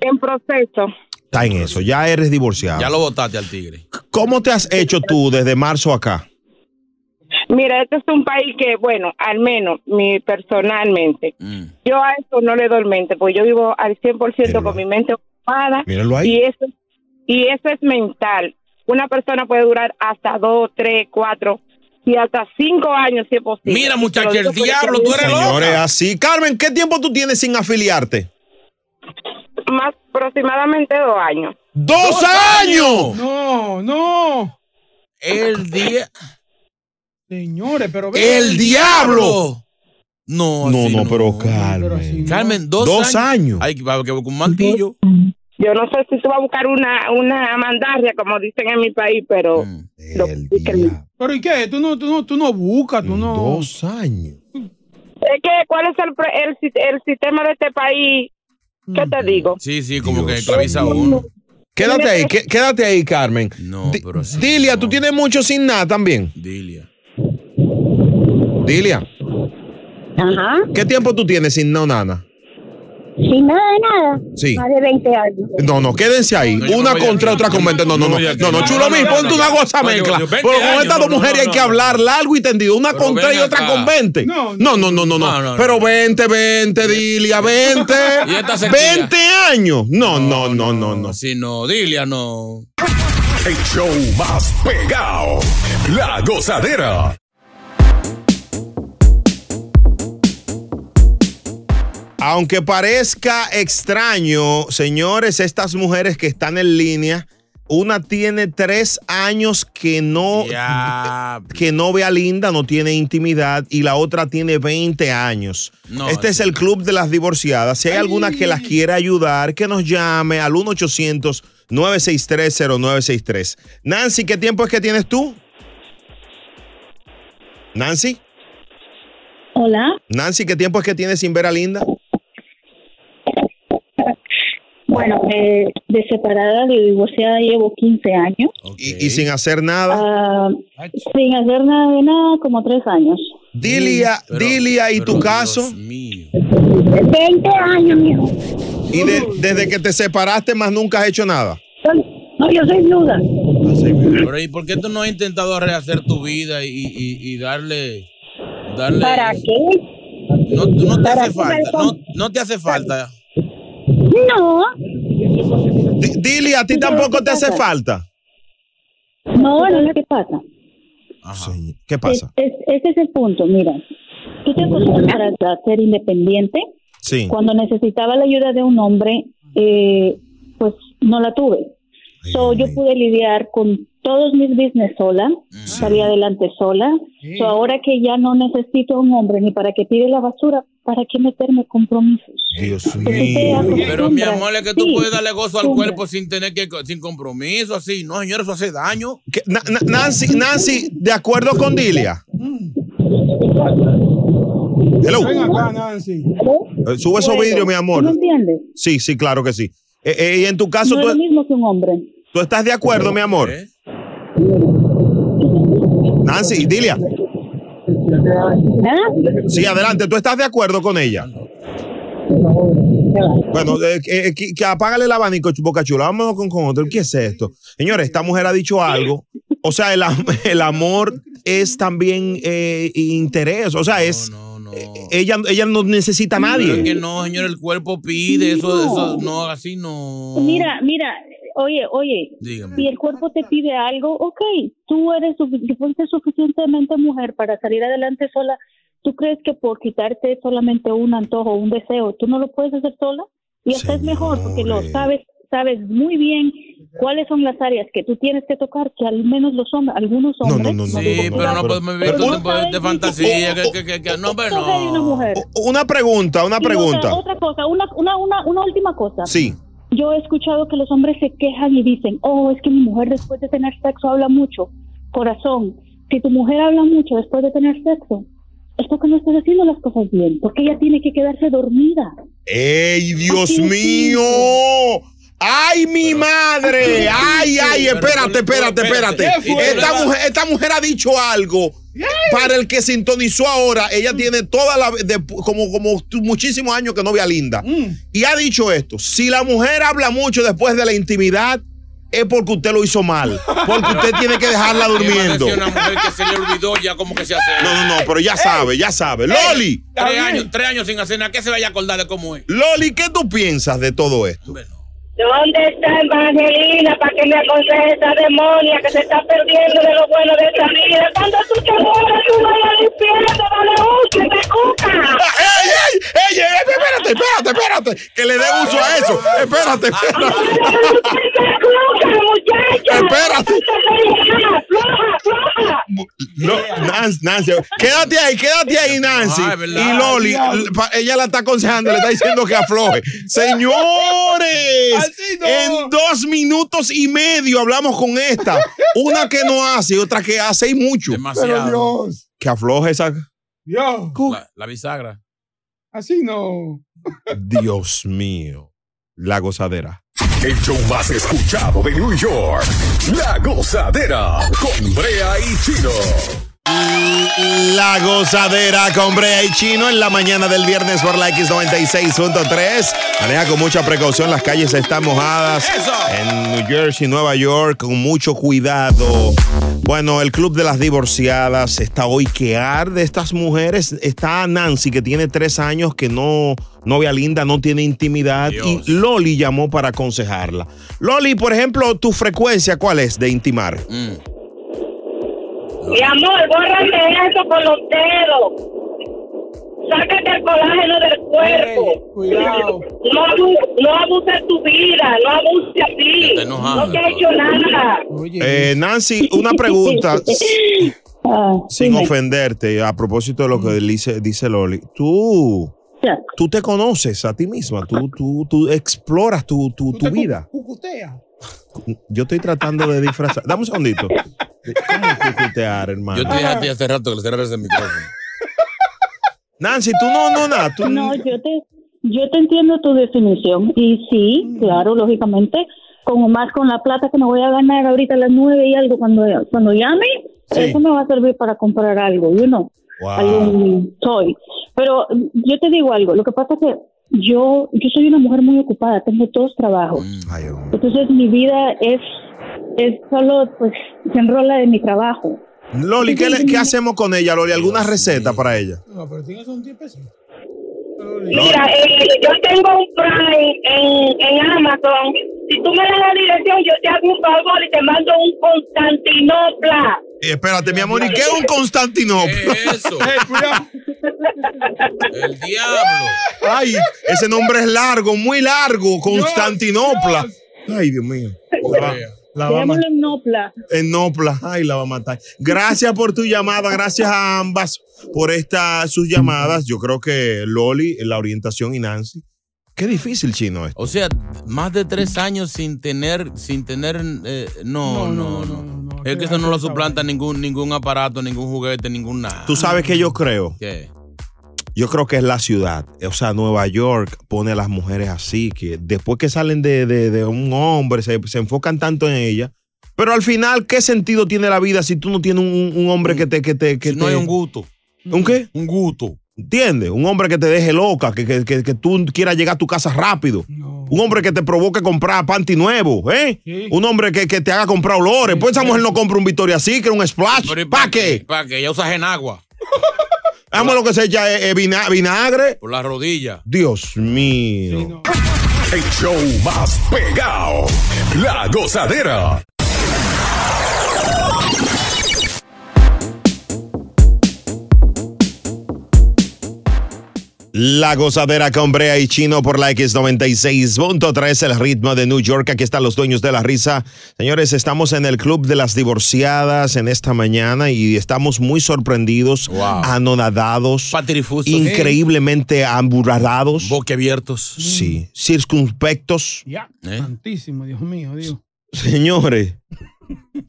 [SPEAKER 21] En proceso.
[SPEAKER 1] Está en eso. Ya eres divorciada.
[SPEAKER 6] Ya lo votaste al tigre.
[SPEAKER 1] ¿Cómo te has hecho tú desde marzo acá?
[SPEAKER 21] Mira, este es un país que, bueno, al menos mi personalmente,
[SPEAKER 6] Mm.
[SPEAKER 21] yo a eso no le doy mente, porque yo vivo al 100% con mi mente ocupada.
[SPEAKER 1] Míralo ahí.
[SPEAKER 21] Y eso, y eso es mental. Una persona puede durar hasta dos, tres, cuatro y hasta cinco años si es posible.
[SPEAKER 6] Mira, muchacha,
[SPEAKER 21] Te lo
[SPEAKER 6] el
[SPEAKER 21] digo porque
[SPEAKER 6] diablo,
[SPEAKER 21] a mí-
[SPEAKER 6] tú eres
[SPEAKER 1] Señores, así. Carmen, ¿qué tiempo tú tienes sin afiliarte?
[SPEAKER 21] Más aproximadamente dos años.
[SPEAKER 1] ¡Dos años!
[SPEAKER 2] No, no.
[SPEAKER 6] El día.
[SPEAKER 2] Señores, pero.
[SPEAKER 1] ¡El diablo!
[SPEAKER 6] No,
[SPEAKER 1] no, no, pero Carmen.
[SPEAKER 6] Carmen, dos,
[SPEAKER 1] Dos
[SPEAKER 6] años. Ay, que va que va con un martillo.
[SPEAKER 21] Yo no sé si tú vas a buscar una, una mandarria, como dicen en mi país, pero...
[SPEAKER 6] Mm.
[SPEAKER 21] lo-
[SPEAKER 2] ¿Pero y qué? Tú no, tú no, tú no buscas, tú no.
[SPEAKER 1] Dos años.
[SPEAKER 21] Es que, ¿cuál es el, pre- el, si- el sistema de este país? ¿Qué te digo?
[SPEAKER 6] Sí, sí, como que esclaviza a uno.
[SPEAKER 1] Quédate ahí, qué- quédate ahí, Carmen.
[SPEAKER 6] No, pero así.
[SPEAKER 1] Dilia, tú tienes mucho sin nada también.
[SPEAKER 6] Dilia.
[SPEAKER 1] Dilia.
[SPEAKER 23] Ajá.
[SPEAKER 1] ¿Qué tiempo tú tienes sin no nana?
[SPEAKER 23] Sin nada de nada.
[SPEAKER 1] Sí.
[SPEAKER 23] Más de 20 años.
[SPEAKER 1] No, no, quédense ahí.
[SPEAKER 23] yo
[SPEAKER 1] una
[SPEAKER 23] no voy a
[SPEAKER 1] contra otra con 20. No, no, no. No, no, chulo mío, ponte una goza
[SPEAKER 6] No, yo-
[SPEAKER 1] mezcla.
[SPEAKER 6] yo-
[SPEAKER 1] Porque
[SPEAKER 6] 20
[SPEAKER 1] con
[SPEAKER 6] años,
[SPEAKER 1] estas dos
[SPEAKER 6] no, no,
[SPEAKER 1] mujeres hay
[SPEAKER 6] no,
[SPEAKER 1] que
[SPEAKER 6] no,
[SPEAKER 1] hablar largo y tendido. Una
[SPEAKER 6] Pero
[SPEAKER 1] contra y
[SPEAKER 6] ven
[SPEAKER 1] otra
[SPEAKER 6] acá.
[SPEAKER 1] con 20. No, no, no, no, no. Pero 20, 20, Dilia, 20.
[SPEAKER 6] Y esta sequía.
[SPEAKER 1] 20 años. No, no, no, no, no.
[SPEAKER 6] Si no, Dilia, no.
[SPEAKER 4] El show más pegado. La gozadera.
[SPEAKER 1] Aunque parezca extraño, señores, estas mujeres que están en línea, una tiene tres años que no, que no ve a Linda, no tiene intimidad, y la otra tiene 20 años.
[SPEAKER 6] No,
[SPEAKER 1] este es el club de las divorciadas. Si hay alguna que las quiera ayudar, que nos llame al 1-800-963-0963. Nancy, ¿qué tiempo es que tienes tú? Nancy.
[SPEAKER 23] Hola.
[SPEAKER 1] Nancy, ¿qué tiempo es que tienes sin ver a Linda?
[SPEAKER 23] Bueno, eh, de separada, de divorciada, llevo 15 años.
[SPEAKER 1] Y- y sin hacer nada.
[SPEAKER 23] Ah, sin hacer nada de nada, como tres años.
[SPEAKER 1] Dilia, Dilia, ¿y tu caso?
[SPEAKER 23] 20 años, mijo.
[SPEAKER 1] ¿Y de- desde que te separaste más nunca has hecho nada?
[SPEAKER 23] No, yo soy viuda.
[SPEAKER 6] Pero ¿y por qué tú no has intentado rehacer tu vida y, y- y darle, darle?
[SPEAKER 23] ¿Para qué?
[SPEAKER 6] No, tú no te
[SPEAKER 23] ¿Para
[SPEAKER 6] hace
[SPEAKER 23] qué me
[SPEAKER 6] falta.
[SPEAKER 23] lo
[SPEAKER 6] No, no te hace falta.
[SPEAKER 23] No,
[SPEAKER 1] Di- Dilia, ¿a ti tampoco te hace falta?
[SPEAKER 23] no, no es lo que pasa.
[SPEAKER 1] Sí. ¿Qué pasa?
[SPEAKER 23] Es- ese es el punto, mira. Tú te acostumbras a ser independiente.
[SPEAKER 1] Sí.
[SPEAKER 23] Cuando necesitaba la ayuda de un hombre, eh, pues no la tuve. So, yo pude lidiar con todos mis business sola, salí adelante sola. So, ahora que ya no necesito a un hombre ni para que tire la basura, ¿para qué meterme compromisos?
[SPEAKER 1] Dios
[SPEAKER 6] Pero mi amor, es que tú
[SPEAKER 23] Sí.
[SPEAKER 6] puedes darle gozo al
[SPEAKER 23] Acostumbra.
[SPEAKER 6] cuerpo sin tener que, sin compromiso, así. No, señor, eso hace daño.
[SPEAKER 1] ¿Qué- Na- Na- Nancy, Nancy, ¿de acuerdo con Dilia? Hello.
[SPEAKER 2] Ven acá, Nancy.
[SPEAKER 1] Eh, Sube esos vidrios, mi amor.
[SPEAKER 23] ¿Me entiendes?
[SPEAKER 1] Sí, sí, claro que sí. Eh, eh, y en tu caso,
[SPEAKER 23] No es lo
[SPEAKER 1] tú,
[SPEAKER 23] mismo que un hombre.
[SPEAKER 1] tú estás de acuerdo, mi amor? Nancy, Dilia.
[SPEAKER 23] ¿Ah?
[SPEAKER 1] Sí, adelante. ¿Tú estás de acuerdo con ella? Bueno, eh, eh, que, que apágale el abanico, Boca Chula. Vámonos con, con otro. ¿Qué es esto? Señores, esta mujer ha dicho algo. O sea, el, am- el amor es también eh, interés. O sea, es. eh, Ella, ella no necesita a
[SPEAKER 6] Pero es que
[SPEAKER 1] nadie.
[SPEAKER 6] no, señor, el cuerpo pide eso,
[SPEAKER 23] No.
[SPEAKER 6] eso no, así no.
[SPEAKER 23] Mira, mira, oye, oye,
[SPEAKER 6] Dígame.
[SPEAKER 23] si el cuerpo te pide algo, ok, tú eres sufi- tú fuiste suficientemente mujer para salir adelante sola. ¿Tú crees que por quitarte solamente un antojo, un deseo, tú no lo puedes hacer sola? Y hasta es mejor porque lo sabes, sabes muy bien cuáles son las áreas que tú tienes que tocar, que al menos los hombres, algunos hombres. no digo
[SPEAKER 6] Sí, pero no podemos vivir todo el tiempo de- de
[SPEAKER 1] Oh,
[SPEAKER 6] fantasía. que- que- que- que- No, pero
[SPEAKER 23] hay una
[SPEAKER 6] no.
[SPEAKER 23] mujer.
[SPEAKER 1] Una pregunta, una
[SPEAKER 23] Y otra-
[SPEAKER 1] pregunta.
[SPEAKER 23] Otra, cosa, una, una, una, una última cosa.
[SPEAKER 1] Sí.
[SPEAKER 23] Yo he escuchado que los hombres se quejan y dicen, oh, es que mi mujer después de tener sexo habla mucho. Corazón, si tu mujer habla mucho después de tener sexo, es porque no estás haciendo las cosas bien, porque ella tiene que quedarse dormida.
[SPEAKER 1] ¡Ey, Dios
[SPEAKER 23] Así es,
[SPEAKER 1] mío! ¡Ay, mi madre! ¡Ay, ay! Espérate, espérate, espérate.
[SPEAKER 16] ¿Qué fue?
[SPEAKER 1] Esta mujer, esta mujer ha dicho algo. Para el que sintonizó ahora, ella tiene toda la. de- como, como tu- muchísimos años que no ve a Linda. Y ha dicho esto: si la mujer habla mucho después de la intimidad, es porque usted lo hizo mal. Porque usted tiene que dejarla
[SPEAKER 6] ¿Qué va a decir
[SPEAKER 1] durmiendo.
[SPEAKER 6] una mujer que se le olvidó ya cómo que se hace. Eh,
[SPEAKER 1] No, no, no, pero ya sabe, ya sabe. Loli.
[SPEAKER 6] Tres años, tres años sin hacer nada, ¿qué se vaya a acordar de cómo es?
[SPEAKER 1] Loli, ¿qué tú piensas de todo esto?
[SPEAKER 24] ¿Dónde está Evangelina para que me aconseje esta demonia que se está perdiendo de lo bueno de esta vida? Cuando tú te mueras, tú vas al infierno, vale, te cuca.
[SPEAKER 1] ¡Ey, ey! ¡Ey, ey! Espérate, espérate, espérate. Que le dé uso a eso. Espérate, espérate. Espérate. No, Nancy, Nancy, quédate ahí, quédate ahí, Nancy. y Loli, l- pa- ella la está aconsejando, le está diciendo que afloje. Señores, en dos minutos y medio hablamos con esta. Una que no hace y otra que hace y mucho.
[SPEAKER 2] Demasiado. Pero Dios.
[SPEAKER 1] Que afloje esa.
[SPEAKER 2] Dios.
[SPEAKER 6] La, la bisagra.
[SPEAKER 2] Así no.
[SPEAKER 1] Dios mío. La gozadera.
[SPEAKER 4] El show más escuchado de New York. La gozadera con Brea y Chino.
[SPEAKER 1] La gozadera con Brea y Chino en la mañana del viernes por la X96.3. Maneja con mucha precaución, las calles están mojadas. En New Jersey, Nueva York, con mucho cuidado. Bueno, el Club de las Divorciadas está hoy que arde. Estas mujeres, está Nancy, que tiene tres años, que no, no ve a Linda, no tiene intimidad. Y Loli llamó para aconsejarla. Loli, por ejemplo, tu frecuencia, ¿cuál es de intimar?
[SPEAKER 24] Mi amor, bórrame eso con los dedos. Sácate el colágeno del cuerpo.
[SPEAKER 2] cuidado.
[SPEAKER 24] No, abu- no abuses tu vida, no abuses a ti. No te ha hecho nada.
[SPEAKER 1] Eh, Nancy, una pregunta. Sin
[SPEAKER 24] dime.
[SPEAKER 1] ofenderte, a propósito de lo que dice, dice Loli, tú, tú te conoces a ti misma, tú, tú, tú exploras tu, tu, tu vida.
[SPEAKER 2] Cucutea.
[SPEAKER 1] Yo estoy tratando de disfrazar. Dame un segundito. ¿Cómo cucutear, hermano?
[SPEAKER 6] Yo te dije a ti hace rato que le cerraras el micrófono.
[SPEAKER 1] Nancy, tú no, no, nada. Tú...
[SPEAKER 23] No, yo te, yo te entiendo tu definición. Y sí, claro, lógicamente, como más con la plata que me voy a ganar ahorita a las nueve y algo cuando, cuando llame, eso me va a servir para comprar algo, yo no.
[SPEAKER 9] Wow.
[SPEAKER 23] Algún toy. Pero mm, yo te digo algo, lo que pasa es que yo, yo soy una mujer muy ocupada, tengo dos trabajos. Entonces mi vida es, es solo, pues, se enrola de mi trabajo.
[SPEAKER 1] Loli, ¿qué, le- qué hacemos con ella, Loli? ¿Alguna receta para ella?
[SPEAKER 2] No, pero tienes un 10 pesos.
[SPEAKER 24] Mira, eh, yo tengo un Prime en, en Amazon. Si tú me das la dirección, yo te hago un favor y te mando un Constantinopla.
[SPEAKER 1] Eh, espérate, mi amor, ¿y qué es un Constantinopla?
[SPEAKER 6] Eso. El diablo.
[SPEAKER 1] Ay, ese nombre es largo, muy largo. Constantinopla. Ay, Dios mío. La, la va a
[SPEAKER 23] Démoslo
[SPEAKER 1] matar.
[SPEAKER 23] en Nopla.
[SPEAKER 1] En Nopla. Ay, la va a matar. Gracias por tu llamada. Gracias a ambas por estas sus llamadas. Yo creo que Loli, la orientación y Nancy. Qué difícil chino esto.
[SPEAKER 6] O sea, más de tres años sin tener, sin tener, eh, no, no, no, Es que eso no lo suplanta ningún, ningún aparato, ningún juguete, ningún nada.
[SPEAKER 1] Tú sabes que yo creo.
[SPEAKER 6] ¿Qué?
[SPEAKER 1] Yo creo que es la ciudad. O sea, Nueva York pone a las mujeres así, que después que salen de, de- de un hombre, se, se enfocan tanto en ella. Pero al final, ¿qué sentido tiene la vida si tú no tienes un, un hombre que te... Que te que no hay un
[SPEAKER 6] gusto.
[SPEAKER 1] ¿Un qué?
[SPEAKER 6] Un gusto.
[SPEAKER 1] ¿Entiendes? Un hombre que te deje loca, que, que- que- que tú quieras llegar a tu casa rápido. Un hombre que te provoque comprar panty nuevo, ¿eh? Un hombre que, que te haga comprar olores. Pues esa mujer no compra un Victoria Secret, un Splash.
[SPEAKER 6] Pero ¿y
[SPEAKER 1] ¿Para qué?
[SPEAKER 6] Para que ella usa agua
[SPEAKER 1] Vamos lo que se echa eh, eh, vina- vinagre.
[SPEAKER 6] por las rodillas.
[SPEAKER 1] Dios mío.
[SPEAKER 4] El show más pegado. La gozadera.
[SPEAKER 1] La gozadera con Brea y Chino por la X96.3, el ritmo de New York. Aquí están los dueños de la risa. Señores, estamos en el Club de las Divorciadas en esta mañana y estamos muy sorprendidos, anonadados, increíblemente amburradados.
[SPEAKER 6] Boquiabiertos.
[SPEAKER 1] Sí, circunspectos.
[SPEAKER 2] Ya, santísimo, Dios mío, Dios.
[SPEAKER 1] Señores,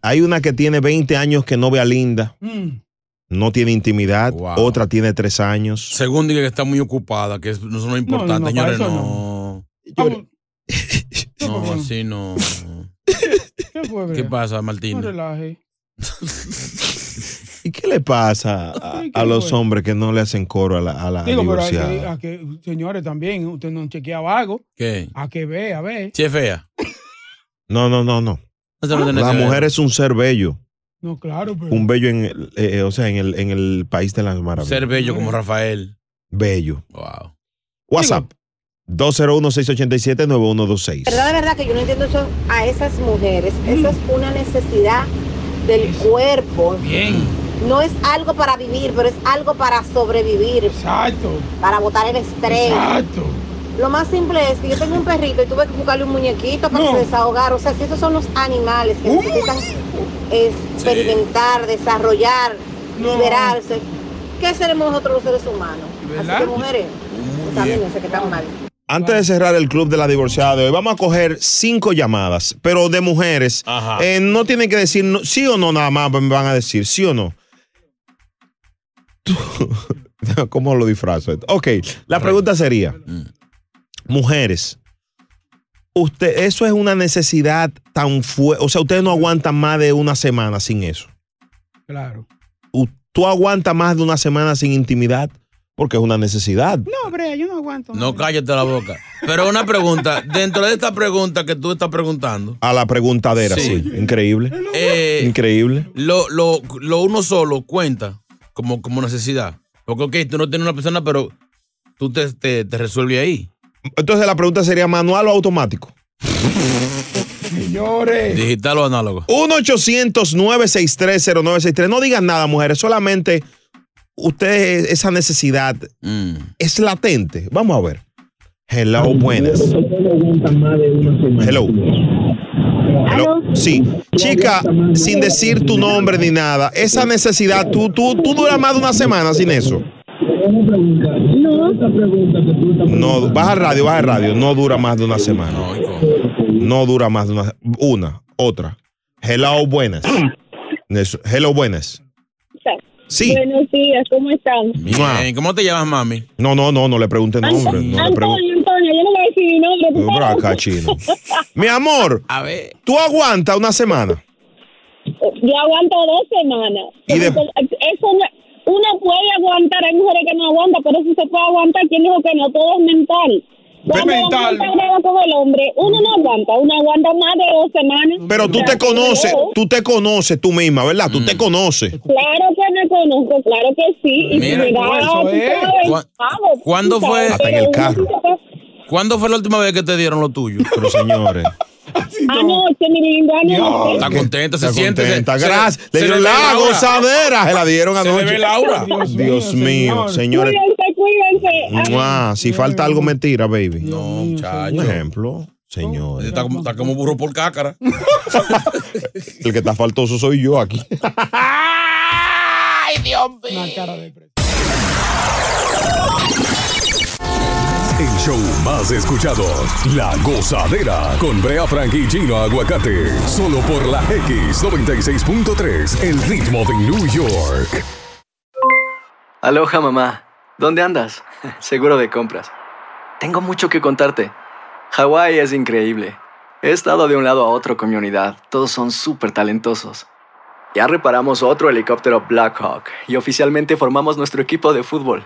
[SPEAKER 1] hay una que tiene 20 años que no ve a Linda,
[SPEAKER 2] Mm.
[SPEAKER 1] no tiene intimidad, otra tiene 3 años.
[SPEAKER 6] Según diga que está muy ocupada, que eso no es lo importante,
[SPEAKER 1] no, para
[SPEAKER 6] señores,
[SPEAKER 1] eso
[SPEAKER 6] no. No, así no.
[SPEAKER 2] ¿Qué fue,
[SPEAKER 6] ¿Qué
[SPEAKER 2] Brea?
[SPEAKER 6] pasa,
[SPEAKER 2] No
[SPEAKER 6] Martín?
[SPEAKER 2] relaje.
[SPEAKER 1] ¿Y qué le pasa a, a los hombres que no le hacen coro a la, a la
[SPEAKER 2] Digo, pero a
[SPEAKER 1] divorciada?
[SPEAKER 2] que, a que- señores, también, usted no chequea vago.
[SPEAKER 6] ¿Qué?
[SPEAKER 2] A que ve, a ver.
[SPEAKER 6] Si es fea.
[SPEAKER 1] No, no, no, no.
[SPEAKER 6] Eso no tiene
[SPEAKER 1] La
[SPEAKER 6] que ver.
[SPEAKER 1] mujer es un ser bello.
[SPEAKER 2] No, claro, pero.
[SPEAKER 1] Un bello en el, eh, eh, o sea, en el, en el país de las maravillas.
[SPEAKER 6] Ser bello como Rafael.
[SPEAKER 1] Bello.
[SPEAKER 6] Wow.
[SPEAKER 1] WhatsApp. 201-687-9126.
[SPEAKER 9] verdad, de verdad que yo no entiendo eso a esas mujeres.
[SPEAKER 2] Mm.
[SPEAKER 9] Eso es una necesidad del cuerpo. No es algo para vivir, pero es algo para sobrevivir.
[SPEAKER 2] Exacto.
[SPEAKER 9] Para botar el estrés.
[SPEAKER 2] Exacto.
[SPEAKER 9] Lo más simple es que yo tengo un perrito y tuve que buscarle un muñequito para que se desahogara. O sea, si esos son los animales que necesitan experimentar, desarrollar, liberarse, ¿qué seremos nosotros los seres humanos? Así que mujeres, examínense que están mal.
[SPEAKER 1] Antes de cerrar el club de la divorciada de hoy, vamos a coger cinco llamadas, pero de mujeres. Eh, no tienen que decir no- sí o no, nada más me van a decir sí o no. Tú- ¿Cómo lo disfrazo? esto? Ok, la pregunta sería, mujeres, usted, eso es una necesidad tan fuerte, o sea, ustedes no aguantan más de una semana sin eso.
[SPEAKER 2] Claro.
[SPEAKER 1] U- ¿Tú aguantas más de una semana sin intimidad? Porque es una necesidad.
[SPEAKER 2] No, Brea, yo no aguanto.
[SPEAKER 6] No cállate la boca. Pero una pregunta, dentro de esta pregunta que tú estás preguntando,
[SPEAKER 1] A la preguntadera, sí. Increíble.
[SPEAKER 6] eh,
[SPEAKER 1] Increíble.
[SPEAKER 6] lo, lo, lo uno solo cuenta como, como necesidad. Porque, ok, tú no tienes una persona, pero tú te, te, te resuelves ahí.
[SPEAKER 1] Entonces la pregunta sería manual o automático.
[SPEAKER 2] Señores.
[SPEAKER 6] Digital o análogo.
[SPEAKER 1] 1-800-963-0963. No digan nada, mujeres. Solamente ustedes, esa necesidad es latente. Vamos a ver. Hello, buenas. Hello. Hello. Sí. Chica, sin decir tu nombre ni nada, esa necesidad, tú, tú, tú duras más de una semana sin eso.
[SPEAKER 24] No.
[SPEAKER 1] No, baja el radio, baja el radio. No dura más de una semana. No dura más de una. Una, otra. Hello, buenas. Eso, Hello, buenas. Sí.
[SPEAKER 24] Buenos días, ¿cómo están?
[SPEAKER 6] Bien, ¿cómo te llamas, mami?
[SPEAKER 1] No, no, no, no le pregunte nombre. No le pregunte.
[SPEAKER 24] Antonio, Antonio, yo no le voy a decir mi nombre. ¿tú
[SPEAKER 1] Yo, pero
[SPEAKER 24] sabes?
[SPEAKER 1] acá, chino. Mi amor, tú aguantas una semana.
[SPEAKER 24] Yo aguanto dos semanas.
[SPEAKER 1] Y de-
[SPEAKER 24] Eso no- uno puede aguantar, hay mujeres que no aguantan, pero si se puede aguantar, ¿quién dijo que no? Todo es mental. Cuando
[SPEAKER 1] mental.
[SPEAKER 24] uno está bravo con el hombre, uno no aguanta, uno aguanta más de dos semanas.
[SPEAKER 1] Pero tú te conoces, tú te conoces tú misma, ¿verdad? Tú
[SPEAKER 6] Mm.
[SPEAKER 1] te conoces.
[SPEAKER 24] Claro que me conozco, claro que sí. Y
[SPEAKER 6] Mira,
[SPEAKER 24] si me gana,
[SPEAKER 6] eso
[SPEAKER 24] tú
[SPEAKER 6] es.
[SPEAKER 24] sabes,
[SPEAKER 6] ¿Cuá-
[SPEAKER 24] vamos,
[SPEAKER 6] cuándo
[SPEAKER 24] tú
[SPEAKER 6] fue?
[SPEAKER 24] sabes,
[SPEAKER 6] Hasta en
[SPEAKER 24] pero
[SPEAKER 6] el
[SPEAKER 24] uno
[SPEAKER 6] carro.
[SPEAKER 24] sí se-
[SPEAKER 6] ¿Cuándo fue la última vez que te dieron lo tuyo?
[SPEAKER 1] Pero señores.
[SPEAKER 24] Anoche, mi lindo, anoche.
[SPEAKER 6] Está contenta, se
[SPEAKER 1] Está
[SPEAKER 6] siente. se-
[SPEAKER 1] contenta.
[SPEAKER 6] se-
[SPEAKER 1] Gracias.
[SPEAKER 6] se
[SPEAKER 1] Le dieron
[SPEAKER 6] le ve
[SPEAKER 1] la
[SPEAKER 6] aura.
[SPEAKER 1] gozadera. Se la dieron
[SPEAKER 6] Se le
[SPEAKER 1] anoche.
[SPEAKER 6] ve la aura.
[SPEAKER 1] Dios, mío, señores.
[SPEAKER 24] Cuídense, cuídense.
[SPEAKER 1] Mua, si falta algo, mentira, baby. No,
[SPEAKER 6] muchacho.
[SPEAKER 1] Un ejemplo, señor.
[SPEAKER 6] Está como, está como burro por cácara.
[SPEAKER 1] El que está faltoso soy yo aquí.
[SPEAKER 6] Ay, Dios mío.
[SPEAKER 4] El show más escuchado, La Gozadera, con Brea Frank y Gino Aguacate, solo por la X96.3, el ritmo de New York.
[SPEAKER 11] Aloha mamá, ¿dónde andas? Seguro de compras. Tengo mucho que contarte. Hawái es increíble. He estado de un lado a otro con mi unidad. Todos son súper talentosos. Ya reparamos otro helicóptero Blackhawk y oficialmente formamos nuestro equipo de fútbol.